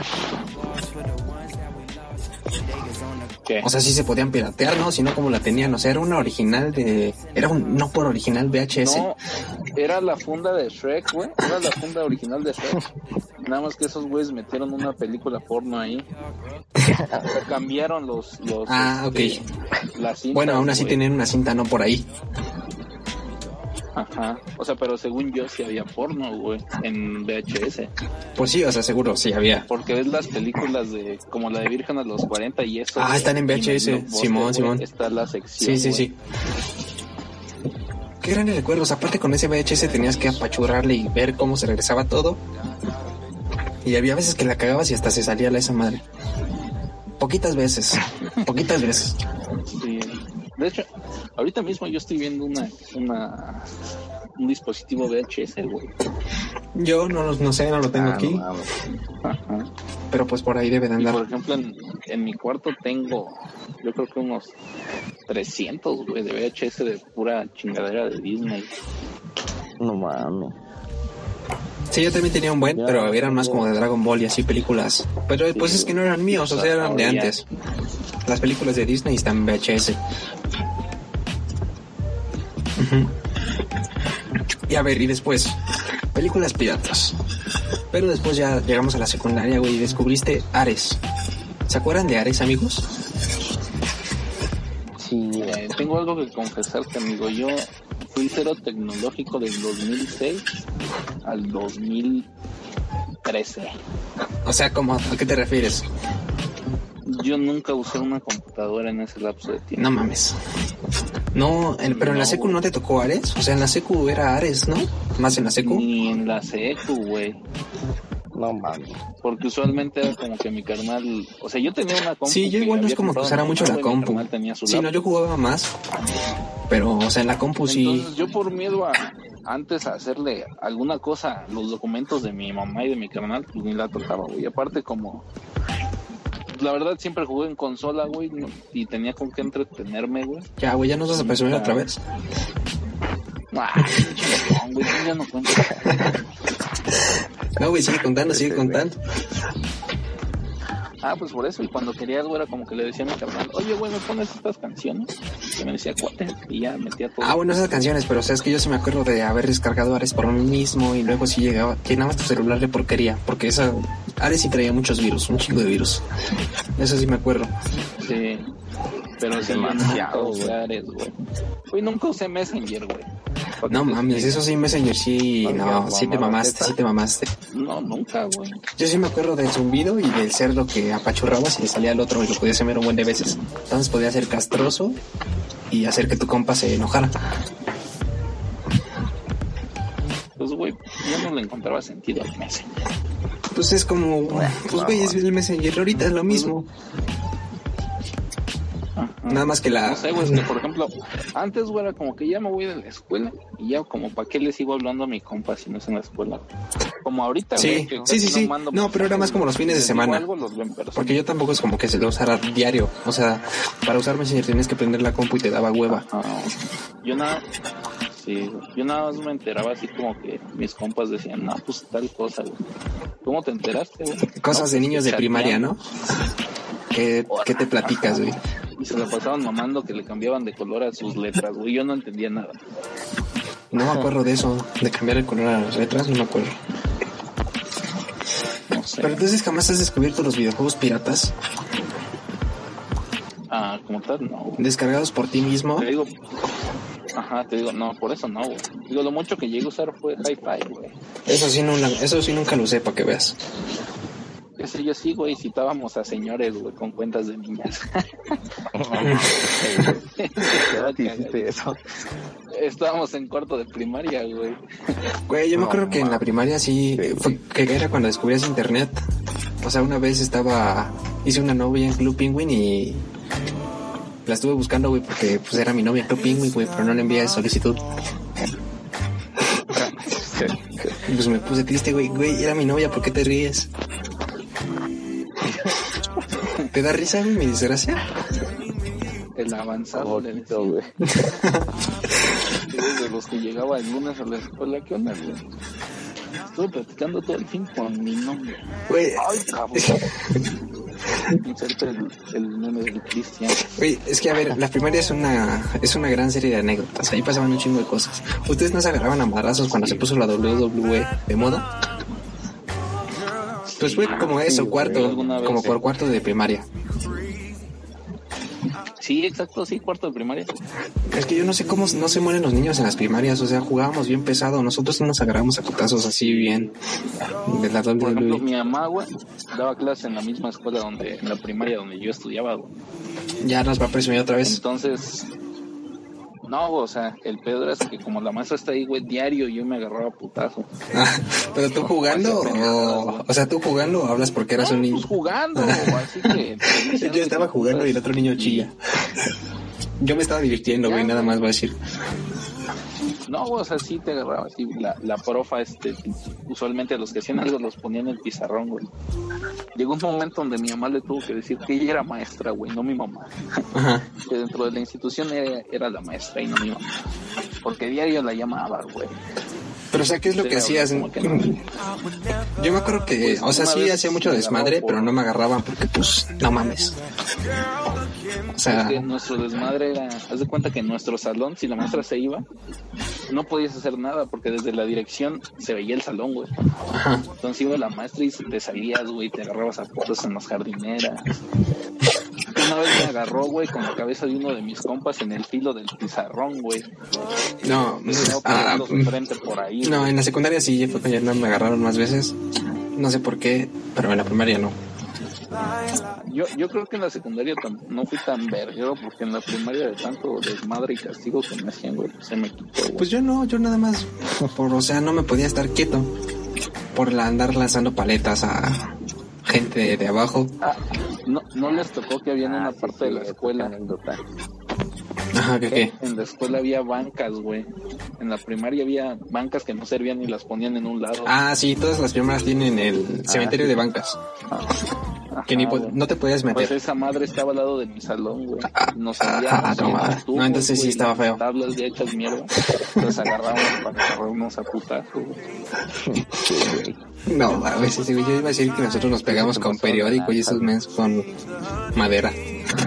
¿Qué? O sea, sí se podían piratear, ¿no? Si no, como la tenían. O sea, era una original de... Era un no por original VHS. No, era la funda de Shrek, güey. Era la funda original de Shrek. Nada más que esos güeyes metieron una película porno ahí. Cambiaron los. los Ah, este, las cintas, bueno, aún así güey. tenían una cinta no por ahí. Ajá. O sea, pero según yo sí había porno, güey, en VHS. Pues sí, o sea, seguro, sí había. Porque ves las películas de. Como la de Virgen a los 40 y eso. Ah, güey, están en y el VHS, blockbuster, Simón, güey, Simón. Está la sección. Sí, sí, sí. Qué grandes recuerdos. Aparte con ese VHS tenías que apachurrarle y ver cómo se regresaba todo. Y había veces que la cagabas y hasta se salía la esa madre. Poquitas veces. Poquitas veces. Sí. De hecho, ahorita mismo yo estoy viendo una, una un dispositivo VHS, güey. Yo no, lo- no sé, no lo tengo Ah, aquí. no mames. Ajá. Pero pues por ahí debe de Y por andar. ejemplo, en, en mi cuarto tengo, yo creo que unos 300, güey, de VHS de pura chingadera de Disney. No mames. Sí, yo también tenía un buen, Ya, pero eran más como de Dragon Ball y así películas. Pero eh, pues Sí, es que no eran míos, o sea, eran de ahora ya. antes. Las películas de Disney están en VHS. Ujú. Y a ver, y después, películas piratas. Pero después ya llegamos a la secundaria, güey, y descubriste Ares. ¿Se acuerdan de Ares, amigos? Sí, Eh, tengo algo que confesarte, amigo. Yo fui cero tecnológico del 2006 al 2013. O sea, como ¿a qué te refieres? Yo nunca usé una computadora en ese lapso de tiempo. No mames. No, en- pero en la No, secu güey. no te tocó Ares. O sea, en la secu era Ares, ¿no? Más en la secu. Ni en la secu, güey. no mames. Porque usualmente era como que mi carnal... O sea, yo tenía una compu. Sí, yo que igual no es había como que comprado usara mi mucho la mamá, güey, mi compu. carnal tenía su Sí, no, laptop. yo jugaba más. Pero, o sea, en la compu sí. Entonces, yo por miedo a antes a hacerle alguna cosa, los documentos de mi mamá y de mi carnal, pues ni la tocaba, güey. Aparte, como. La verdad, siempre jugué en consola, güey, no- y tenía con qué entretenerme, güey. Ya, güey, ya nos vas a presumir Nunca. otra vez. Ah, chingón, güey, yo ya no cuento. No, güey, sigue contando, sigue Sí, contando. Ah, pues por eso, y cuando quería algo era como que le decía a mi carnal, oye, güey, ¿me pones estas canciones? Y me decía, cuate, y ya metía todo. Ah, bueno, esas canciones, pero o sea, es que yo sí me acuerdo de haber descargado Ares por mí mismo y luego sí llegaba, llenabas tu celular de porquería, porque esa Ares sí traía muchos virus, un chingo de virus. Eso sí me acuerdo. Sí. Pero sí, Demasiado, demasiado, güey. Güey, nunca usé Messenger, güey. ¿Para qué No te mames, eso sí Messenger sí, Ay, no, ya, sí te mamá, mamaste, neta. sí te mamaste. No, nunca, güey. Yo sí me acuerdo del zumbido y del cerdo que apachurrabas y le salía al otro y lo podía hacer un buen de veces. Entonces podía ser castroso y hacer que tu compa se enojara. Pues, güey, yo no le encontraba sentido al Messenger. Pues es como, pues güey, es el messenger ahorita es lo mismo. Nada más que la... No sé, güey, es que, por ejemplo, antes, güey, era como que ya me voy de la escuela y ya como, ¿para qué le sigo hablando a mi compa si no es en la escuela? Como ahorita, Sí, güey. que, o sea, sí, sí, si sí. mando No, pero era más como los fines de les digo semana. algo, los veo en persona. Porque yo tampoco es como que se lo usara diario. O sea, para usar messenger tienes que prender la compu y te daba hueva. Ah, yo nada... Sí, güey. yo nada más me enteraba así como que mis compas decían, no, pues tal cosa, güey. ¿Cómo te enteraste, güey? Cosas No, de niños de chateando. primaria, ¿no? ¿Qué, qué te platicas, güey? Y se la pasaban mamando que le cambiaban de color a sus letras, güey. Yo no entendía nada. No me acuerdo de eso, de cambiar el color a las letras, no me acuerdo. No sé. Pero entonces jamás has descubierto los videojuegos piratas Ah, como tal, no, güey. descargados por ti mismo. Te digo, ajá, te digo, no, por eso no, güey. Digo, lo mucho que llegué a usar fue Hi-Fi, güey. Eso sí, no, la- eso sí nunca lo usé para que veas. Ese yo sí, güey, citábamos a señores, güey, con cuentas de niñas. ¿Qué te hiciste eso? Estábamos en cuarto de primaria, güey. Güey, yo me No, acuerdo que en la primaria sí, fue- que era cuando descubrías internet. O sea, una vez estaba, hice una novia en Club Penguin y la estuve buscando, güey, porque pues era mi novia en Club Penguin, güey, pero no le envié solicitud. Y pues me puse triste, güey. Güey, era mi novia, ¿por qué te ríes? ¿Te da risa güey, mi desgracia? El avanzado Oh, le decía. Bonito, güey. de los que llegaba el lunes a la escuela, ¿qué onda, güey? Estuve platicando todo el fin con mi nombre. Güey, Ay, cabrón. Inserte el, el meme del Cristian. Güey, es que a ver, la primaria es una, es una gran serie de anécdotas. Ahí pasaban un chingo de cosas. ¿Ustedes no se agarraban a madrazos cuando se puso la WWE de moda? Pues fue como eso, cuarto, alguna vez, como sí. por cuarto de primaria. Sí, exacto, sí, cuarto de primaria. Es que yo no sé cómo no se mueren los niños en las primarias, o sea, jugábamos bien pesado, nosotros no nos agarramos a putazos así bien de la E. Por ejemplo, WWE. mi mamá, güey, daba clase en la misma escuela donde, en la primaria donde yo estudiaba, güey. Ya nos va a presumir otra vez. Entonces, no, güey, o sea, el Pedro es que como la maestra está ahí, güey, diario yo me agarraba a putazo. Pero tú jugando, o, o sea, tú jugando o hablas porque eras un No, niño. pues jugando, así que... pues, Yo estaba jugando y el otro niño chilla. Yo me estaba divirtiendo, güey, nada más voy a decir. No, o sea, sí te agarraba así. La, la profa, este, usualmente los que hacían algo los ponían en el pizarrón, güey. Llegó un momento donde mi mamá le tuvo que decir que ella era maestra, güey, no mi mamá. Ajá. Que dentro de la institución era, era la maestra y no mi mamá. Porque diario la llamaba, güey. Pero, o sea, ¿qué es lo que Era hacías? como que no. Pues, Yo me acuerdo que, o sea, una sí vez hacía mucho me desmadre, agarró por- pero no me agarraban porque, pues, no mames. O Es sea, que nuestro desmadre era, haz de cuenta que en nuestro salón, si la maestra se iba, no podías hacer nada porque desde la dirección se veía el salón, güey. ajá. Entonces iba la maestra y te salías, güey, te agarrabas a puertas en las jardineras. Una vez me agarró, güey, con la cabeza de uno de mis compas en el filo del pizarrón, güey. No, Me estaba ah, pegando su frente por ahí. no, güey. en la secundaria sí, fue cuando ya no me agarraron más veces. No sé por qué, pero en la primaria no. Yo, yo creo que en la secundaria tam- no fui tan verguero porque en la primaria de tanto desmadre y castigo que me hacían, güey, se me quitó, güey. Pues yo no, yo nada más, por, o sea, no me podía estar quieto por la- andar lanzando paletas a gente de, de abajo. Ah, no, no les tocó que había en una Ah, sí, parte sí, de la esa escuela. anécdota. Ajá, ¿qué qué? En la escuela había bancas, güey. En la primaria había bancas que no servían y las ponían en un lado. Ah, sí, todas las primeras tienen el cementerio de bancas, que ni Ajá, po- güey. no te podías meter. Ah, Pues esa madre estaba al lado de mi salón, güey. Nos ah, ah, salíamos no y en los mames. No, tubos, entonces sí güey, estaba las feo. Tablas ya hechas mierda. Nos agarramos para agarrarnos a putazos. güey. No, a veces yo iba a decir que nosotros nos pegamos con periódico y esos mens con madera,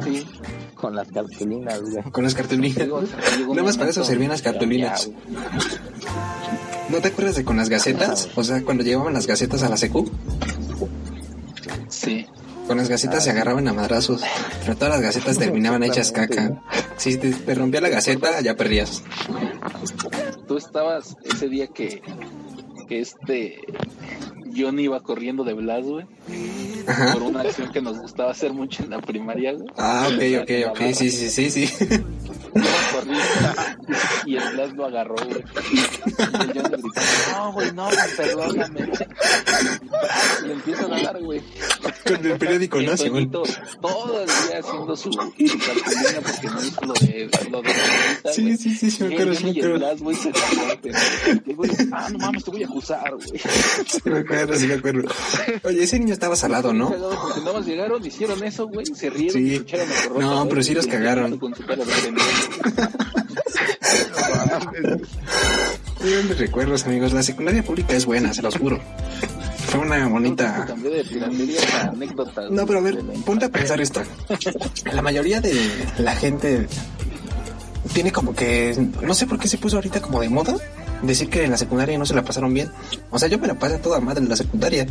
Sí. Con las cartulinas, güey. con las cartulinas. Digo, o sea, llegó un Nada más para momento eso servían las que ya, cartulinas. güey. ¿No te acuerdas de con las gacetas? O sea, cuando llevaban las gacetas a la secu, Sí. con las gacetas Ah. se agarraban a madrazos, pero todas las gacetas terminaban hechas caca. Si te, te rompía la gaceta, ya perdías. Tú estabas ese día que, que este Johnny iba corriendo de Blas, güey. Ajá. Por una acción que nos gustaba hacer mucho en la primaria, güey. Ah, ok, ok, ok, sí, sí, sí, sí. Iba corriendo y el Blas lo agarró, güey. Y el Johnny gritando, no, güey, no, güey, perdóname. Le empiezan a dar, güey. Con el periódico, Y ¿no? el Según. Toñito todo el día haciendo su, su cartulina porque no hizo lo de lo de la Sí, güey. sí, sí, sí, me Y acuerdo, el sí, me Johnny y acuerdo. el Blas, güey, se taparon, güey. Y, güey, Ah, no mames, te voy a acusar, güey. Sí, me acuerdo, sí, me acuerdo. Oye, ese niño estaba salado, ¿no? Cagado, Porque nada más llegaron, hicieron eso, güey, se rieron Sí. y echaron a correr, No, güey, pero sí y los el cagaron. Johnny con su cara de pendejo. Grandes recuerdos, amigos. La secundaria pública es buena, se los juro. Fue una Se bonita. cambió de piratería a anécdotas. No, pero a ver, güey, de la- ponte a pensar esto. La mayoría de la gente tiene como que. No sé por qué se puso ahorita como de moda decir que en la secundaria no se la pasaron bien. O sea, yo me la pasé a toda madre en la secundaria.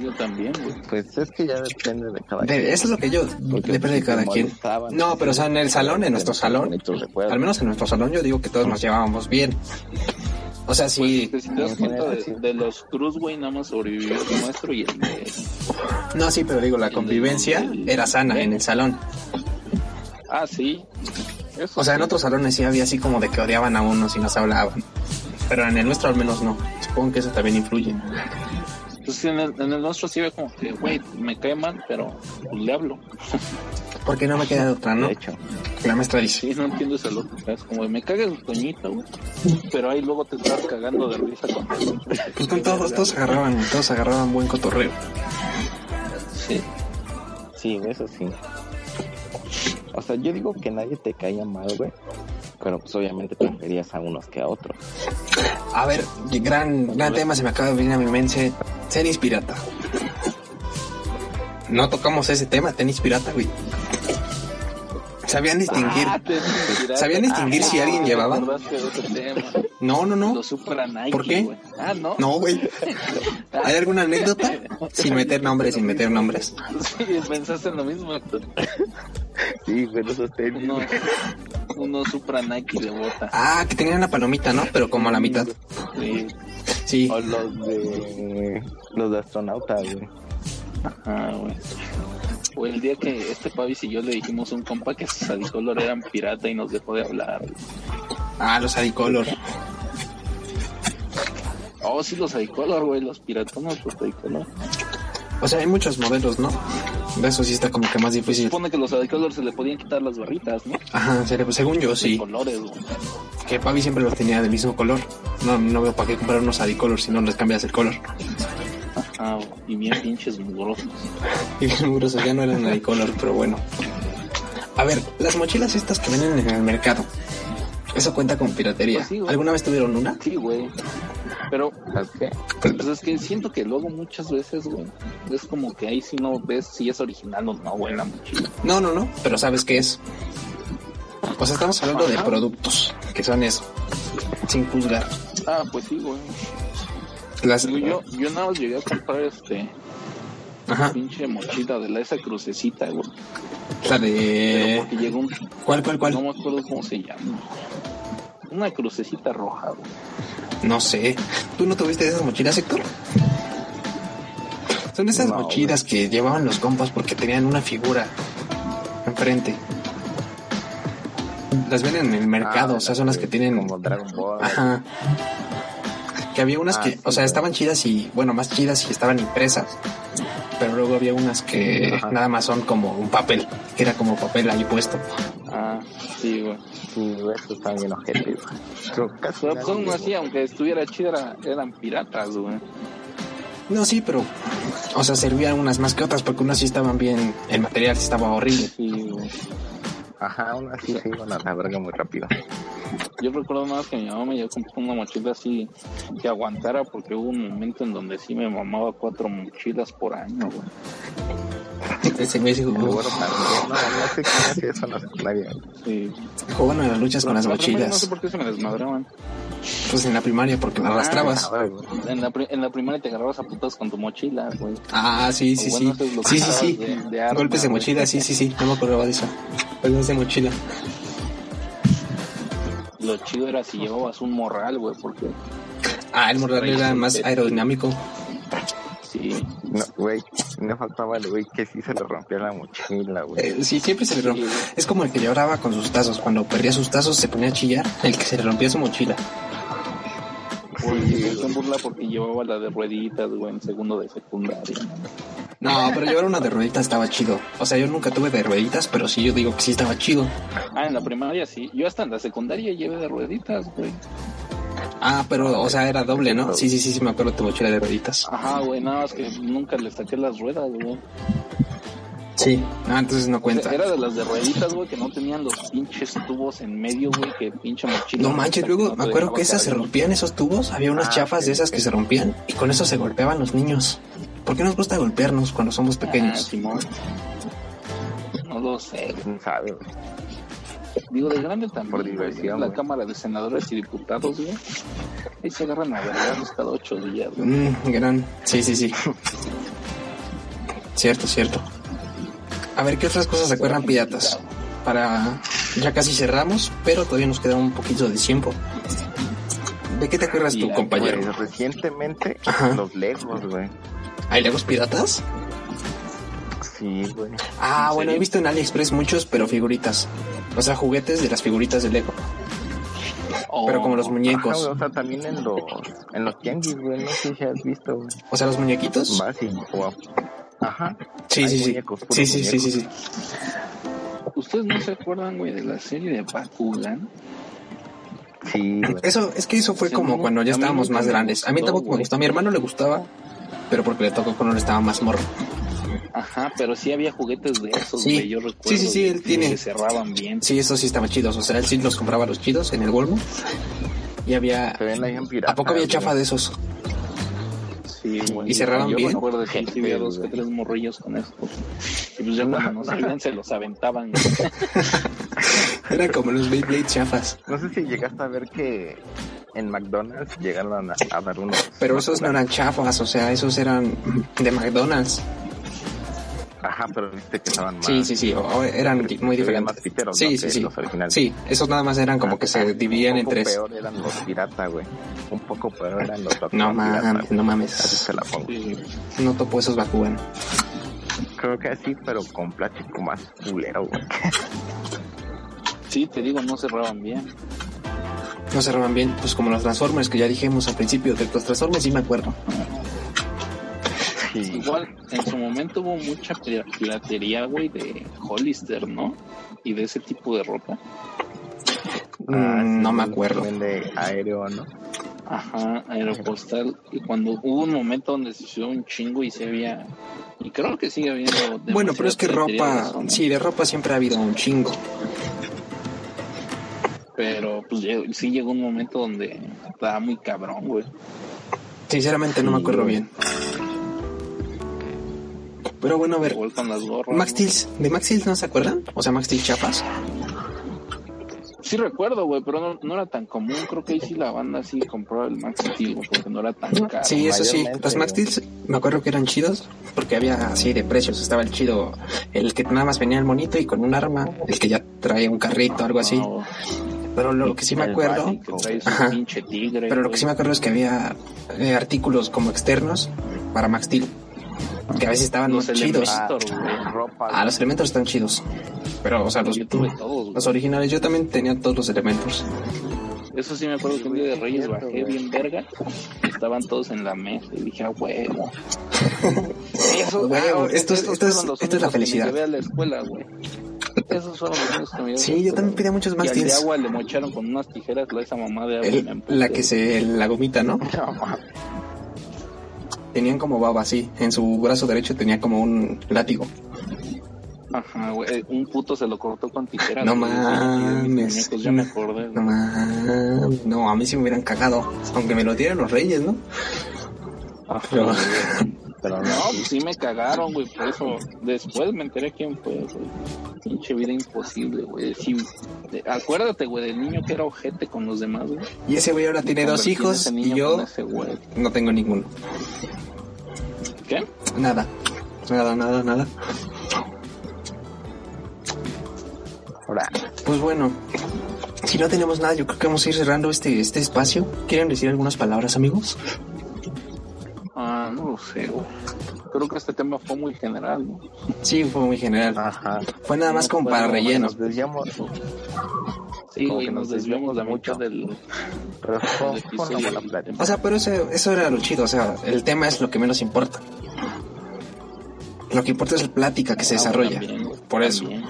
Yo también, güey. Pues es que ya depende de cada De- eso es lo que yo. Depende de cada quien. No, pero o sea, en el salón, en nuestro salón. Al menos en nuestro salón, yo digo que todos nos llevábamos bien. O sea, sí. Pues, si te das cuenta de, de los Cruz, güey, nada más sobrevivió el nuestro y el de... No, sí, pero digo, la convivencia era sana en el salón. Ah, sí. Eso O sea, sí. en otros salones sí había así como de que odiaban a unos y nos hablaban. Pero en el nuestro al menos no. Supongo que eso también influye. Pues en el, en el nuestro sí ve como que, güey, me cae mal, pero pues, le hablo. Porque no me queda de otra, ¿no? De hecho, La maestra dice. Sí, no entiendo esa lógica. Es como, me cagas el toñito, güey. Pero ahí luego te estás cagando de risa con Pues con todos, todos agarraban, todos agarraban buen cotorreo. Sí. sí, güey, eso sí. O sea, yo digo que nadie te caía mal, güey. Pero pues obviamente preferías a unos que a otros. A ver, gran, gran tema se me acaba de venir a mi mente. Tenis pirata. No tocamos ese tema, tenis pirata, güey. Sabían distinguir. Ah, te- ¿Sabían distinguir si alguien llevaba? te acordaste de otro tema. No, no, no. Los Supra Nike, ¿Por qué? güey. Ah, ¿no? No, güey. ¿Hay alguna anécdota? Sin meter nombres, sin meter nombres. Sí, pensaste en lo mismo. Sí, güey, esos tenis. Uno, uno Supra Nike de bota. Ah, que tenían una palomita, ¿no? Pero como a la mitad. Sí. Sí. O los de. Los de astronauta, güey. Ah, güey. O el día que este Pavis y yo le dijimos a un compa que sus adicolor eran pirata y nos dejó de hablar. Ah, los adicolor. Oh, sí, los adicolor, güey, los piratonos, los adicolor. O sea, hay muchos modelos, ¿no? De eso sí está como que más Se difícil. supone que los adicolor se le podían quitar las barritas, ¿no? Ajá, en serio, según yo, De sí. colores, güey. Que Pavi siempre los tenía del mismo color. No, no veo para qué comprar unos adicolor si no les cambias el color. Ah, güey, y bien pinches mugrosos. Y bien gruesos, ya no eran adicolor, pero bueno. A ver, las mochilas estas que venden en el mercado. Eso cuenta con piratería. Pues sí, güey. ¿Alguna vez tuvieron una? Sí, güey. Pero, ¿Sabes qué? pues es que siento que luego muchas veces, güey, es como que ahí si no ves si es original o no, güey, la mochila. No, no, no, pero ¿sabes qué es? O sea, estamos hablando de Ajá. productos, que son eso, sin juzgar. Ah, pues sí, güey. Las... Yo, yo nada más llegué a comprar este, Ajá, pinche mochila de la esa crucecita, güey. la Pero de... porque llegó un. Eh, ¿Cuál, cuál, No me cuál? acuerdo cómo se llama. Una crucecita roja, güey. No sé. ¿Tú no tuviste esas mochilas, Héctor? Son esas No, mochilas que llevaban los compas porque tenían una figura enfrente. Las venden en el mercado, Ah, o sea, son las que sí, tienen... Como Dragon Ball. Ajá. Que había unas Ah, que, sí, o sea, güey. estaban chidas y, bueno, más chidas y estaban impresas. Pero luego había unas que Ajá. nada más son como un papel, que era como papel ahí puesto. Ah, sí, güey. Sí, güey, esos están bien objetivos. Casi Pero pues nadie aún llegó. así, aunque estuviera chida, era- eran piratas, güey. No, sí, pero, o sea, servían unas más que otras porque unas sí estaban bien, el material sí estaba horrible. Sí, güey. Ajá, aún así se iban a la verga muy rápido. Yo recuerdo más que mi mamá me llevó a comprar una mochila así que aguantara porque hubo un momento en donde sí me mamaba cuatro mochilas por año, güey. Ese me Este dijo, "Oh, El güero también. No, no sé quién hacía eso en la secundaria. Sí. jugaban a las luchas con las En la primaria No sé mochilas. por qué se me desmadraban. Pues en la primaria porque las arrastrabas. Ahora, Ah, güey. En la, pri- en la primaria te agarrabas a putas con tu mochila, güey. Ah, sí, O sí, sí. Pues bueno, haces lo que Sí, sí, sabes sí. de- de arma, Golpes de güey. mochila, sí, sí, sí. No me acordaba de eso. Golpes de mochila. Lo chido era si llevabas un morral, güey, porque Ah, el morral era más aerodinámico. sí. No, güey, no faltaba el güey que sí se le rompió la mochila, güey. Eh, sí, siempre se le rompe. Es como el que lloraba con sus tazos. Cuando perdía sus tazos se ponía a chillar. El que se le rompía su mochila. O el que se hizo en burla porque llevaba la de rueditas, güey, en segundo de secundaria. No, pero llevar una de rueditas estaba chido. O sea, yo nunca tuve de rueditas, pero sí yo digo que sí estaba chido. Ah, en la primaria sí. Yo hasta en la secundaria llevé de rueditas, güey. Ah, pero, o sea, era doble, ¿no? Sí, sí, sí, sí, me acuerdo tu mochila de rueditas. Ajá, güey, nada más que nunca le saqué las ruedas, güey. Sí. Ah, entonces no cuenta. Era de las de rueditas, güey, que no tenían los pinches tubos en medio, güey, que pinche mochila. No manches, luego No me te acuerdo dejaba que esas se cargar. rompían, esos tubos. Había unas Ah, chafas de sí. esas que se rompían y con eso se golpeaban los niños. ¿Por qué nos gusta golpearnos cuando somos Ah, pequeños? Simón. No lo sé. güey. ¿Quién sabe, güey? Digo, de grande también. Por güey, diversión, en La güey. Cámara de Senadores y Diputados, güey. Ahí se agarran a vergas cada ocho días, güey. Mm, gran. Sí, sí, sí. cierto, cierto. A ver, ¿qué otras cosas se acuerdan piratas? Para... Ya casi cerramos, pero todavía nos queda un poquito de tiempo. ¿De qué te acuerdas tú, Pirata, compañero? Pues, recientemente, Ajá. los legos, güey. ¿Hay legos piratas? Sí, güey. Ah, ¿En bueno, he serio? visto en AliExpress muchos, pero figuritas. O sea, juguetes de las figuritas de Lego. Pero como Oh, los Ajá, güey, muñecos. o sea, también en los, en los tianguis, güey. No sé si has visto, güey. O sea, los muñequitos. Vas y, o- Ajá. Sí, Hay sí, sí. muñecos, puros Sí, sí, sí, sí, muñecos. sí. ¿Ustedes no se acuerdan, güey, de la serie de Bakugan? Sí, güey. Eso, es que eso fue Sí, como no, cuando a mí ya estábamos nunca más me grandes. A mí gustó, este. tampoco me güey. gustó, a mi hermano le gustaba, pero porque le tocó cuando él estaba más morro. Ajá, pero sí había juguetes de esos, Sí. güey, yo recuerdo. Sí, sí, sí, güey, él que tiene. Se cerraban bien. Sí, esos sí estaban chidos, o sea, él sí los compraba los chidos en el Walmart. Y había... Se ven ahí en pirata. ¿A poco había güey. chafa de esos? Sí, güey. ¿Y cerraban yo bien? Yo recuerdo que sí, había Gente, dos que güey. tres morrillos con eso. Y pues ya cuando no salían, se los aventaban. güey. Eran como los Beyblade chafas. No sé si llegaste a ver que en McDonald's llegaron a, a dar unos. Pero esos no eran chafas, o sea, esos eran de McDonald's. Ajá, pero viste que estaban más. Sí, sí, sí, o- o eran di- muy Se veían diferentes. más piteros, sí, ¿no? sí, que sí. los originales. Ah, Sí, esos nada más eran como que se dividían Un en poco tres. peor eran los piratas, güey. Un poco peor eran los Bakugan No pirata, mames, güey. no Así mames. se la pongo. Sí, güey. No topo esos Bakugan. Creo que así, pero con plástico más culero, güey. Sí, te digo, no cerraban bien. No cerraban bien, pues como los Transformers que ya dijimos al principio. De los Transformers sí me acuerdo. Sí. Igual, en su momento hubo mucha pira- piratería, güey, de Hollister, ¿no? Y de ese tipo de ropa. Ah, sí, Mm, no me el acuerdo. también de aéreo, ¿no? Ajá, Aeropostal. Y cuando hubo un momento donde se hizo un chingo y se había... Y creo que sigue habiendo... Bueno, demasiada pero es que piratería de ropa, eso, ¿no? sí, de ropa siempre ha habido un chingo. Pero pues llegó- sí llegó un momento donde estaba muy cabrón, güey. Sinceramente no me acuerdo bien. Pero bueno, a ver, Igual con las gorras. Max güey. Steel, ¿de Max Steel no se acuerdan? O sea, Max Steel chapas. Sí recuerdo, güey, pero no, no era tan común. Creo que ahí sí la banda sí compró el Max Steel, güey, porque no era tan caro. Pues, Sí, eso sí, mayormente. los Max Steel me acuerdo que eran chidos porque había así de precios. Estaba el chido, el que nada más venía el monito y con un arma, el que ya traía un carrito o algo así. No, Pero lo que sí me El acuerdo, básico. que traes un Ajá. pinche tigre. pero lo que sí me acuerdo es que había eh, artículos como externos para Max Steel que a veces estaban Los más chidos. elementos. Héctor, güey. ropa. Ah, los elementos están chidos. Pero, o sea, los, Yo tuve todos, los güey. originales, yo también tenía todos los elementos. Eso sí me acuerdo que un día de Reyes bajé bien verga. Estaban todos en la mesa y dije, a huevo. Eso, Huevo, ah, esto es- esos esto es- fueron los esto es la únicos que me felicidad. llevé a la escuela, güey. Esos fueron los únicos que me llevé a la Sí, yo escuela, también pedía muchos güey. Max Y al de Steels. agua le mocharon con unas tijeras la esa mamá de agua. y me El- emputé. la que se, la gomita, ¿no? Tenían como baba, sí. En su brazo derecho tenía como un látigo. Ajá, güey. Un puto se lo cortó con tijeras. No güey. mames. Muñecos, ya me acordé. No, mames. no, a mí sí me hubieran cagado. Aunque me lo dieran los reyes, ¿no? Pero- Pero No, no. pues sí me cagaron, güey, por eso. Después me enteré quién fue, güey. Pinche vida imposible, güey. Sí, de- acuérdate, güey, del niño que era ojete con los demás, güey. Y ese güey ahora Ah, tiene dos Convertí en hijos ese y niño con yo ese güey. no tengo ninguno. ¿Qué? Nada. Nada, nada, nada. Ahora, Pues bueno, si no tenemos nada, yo creo que vamos a ir cerrando este, este espacio. ¿Quieren decir algunas palabras, amigos? Ah, no lo sé, güey. Creo que este tema fue muy general, ¿no? Sí, fue muy general. ajá. Fue nada más como para relleno. Nos desviamos, Sí, Como güey, que nos nos desviamos desviamos la mucho mucho. del... pero fue, del fue una episodio. buena plática. O sea, pero eso, eso era lo chido. O sea, el tema es lo que menos importa. Lo que importa es la plática que se Ah, desarrolla. también, güey, Por eso. también.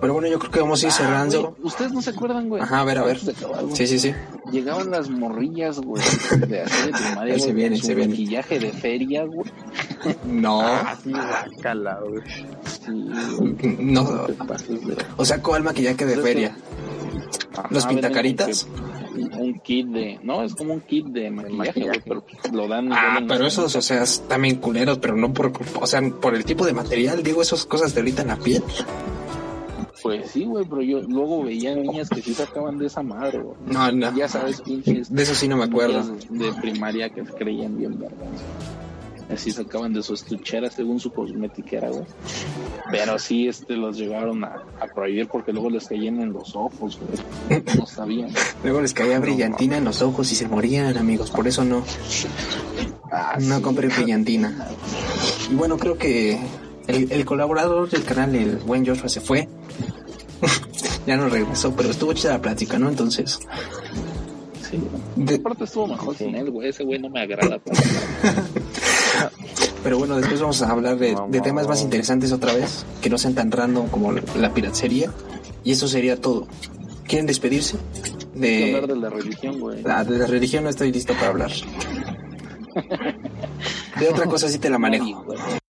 Pero bueno, yo creo que vamos a ir cerrando. Ah, Güey, ¿Ustedes no se acuerdan, güey? Ajá, a ver, a ver. Antes de acabar, güey. Sí, sí, sí. Llegaban las morrillas, güey, de así de primaria, Ahí güey, se viene, con su se viene. maquillaje de feria, güey. No, Así, guácala, güey. Sí, no. te pases de- O sea, ¿cuál maquillaje de Eso- feria? ¿Los Ah, pintacaritas? venden Un un kit de. No, es como un kit de maquillaje, güey, maquillaje. pero lo dan. Ah, venden pero las- esos, o sea, están bien culeros, pero no por, o sea, por el tipo de material, digo, esas cosas de ahorita en la piel. Pues sí, güey, pero yo luego veía niñas que sí sacaban de esa madre, güey. No, no. Ya sabes, pinches. De eso sí no me acuerdo. niñas De primaria que se creían bien, ¿verdad? Así sacaban de sus tucheras según su cosmetiquera, güey. Pero sí, este, los llegaron a, a prohibir porque luego les caían en los ojos, güey. No sabían. Luego les caía brillantina en los ojos y se morían, amigos. Por eso no, Ah, no sí. compré brillantina. Y bueno, creo que el, el colaborador del canal, el buen Joshua, se fue. ya no regresó, pero estuvo chida la plática, ¿no? Entonces, Sí. de- Aparte estuvo mejor sin él, güey. Ese güey no me agrada. para nada. Pero bueno, después vamos a hablar de, de temas más interesantes otra vez, que no sean tan random como la piratería. Y eso sería todo. ¿Quieren despedirse? Hay que De, hablar de la religión, güey. la, de la religión no estoy listo para hablar. De otra cosa sí te la manejo. güey.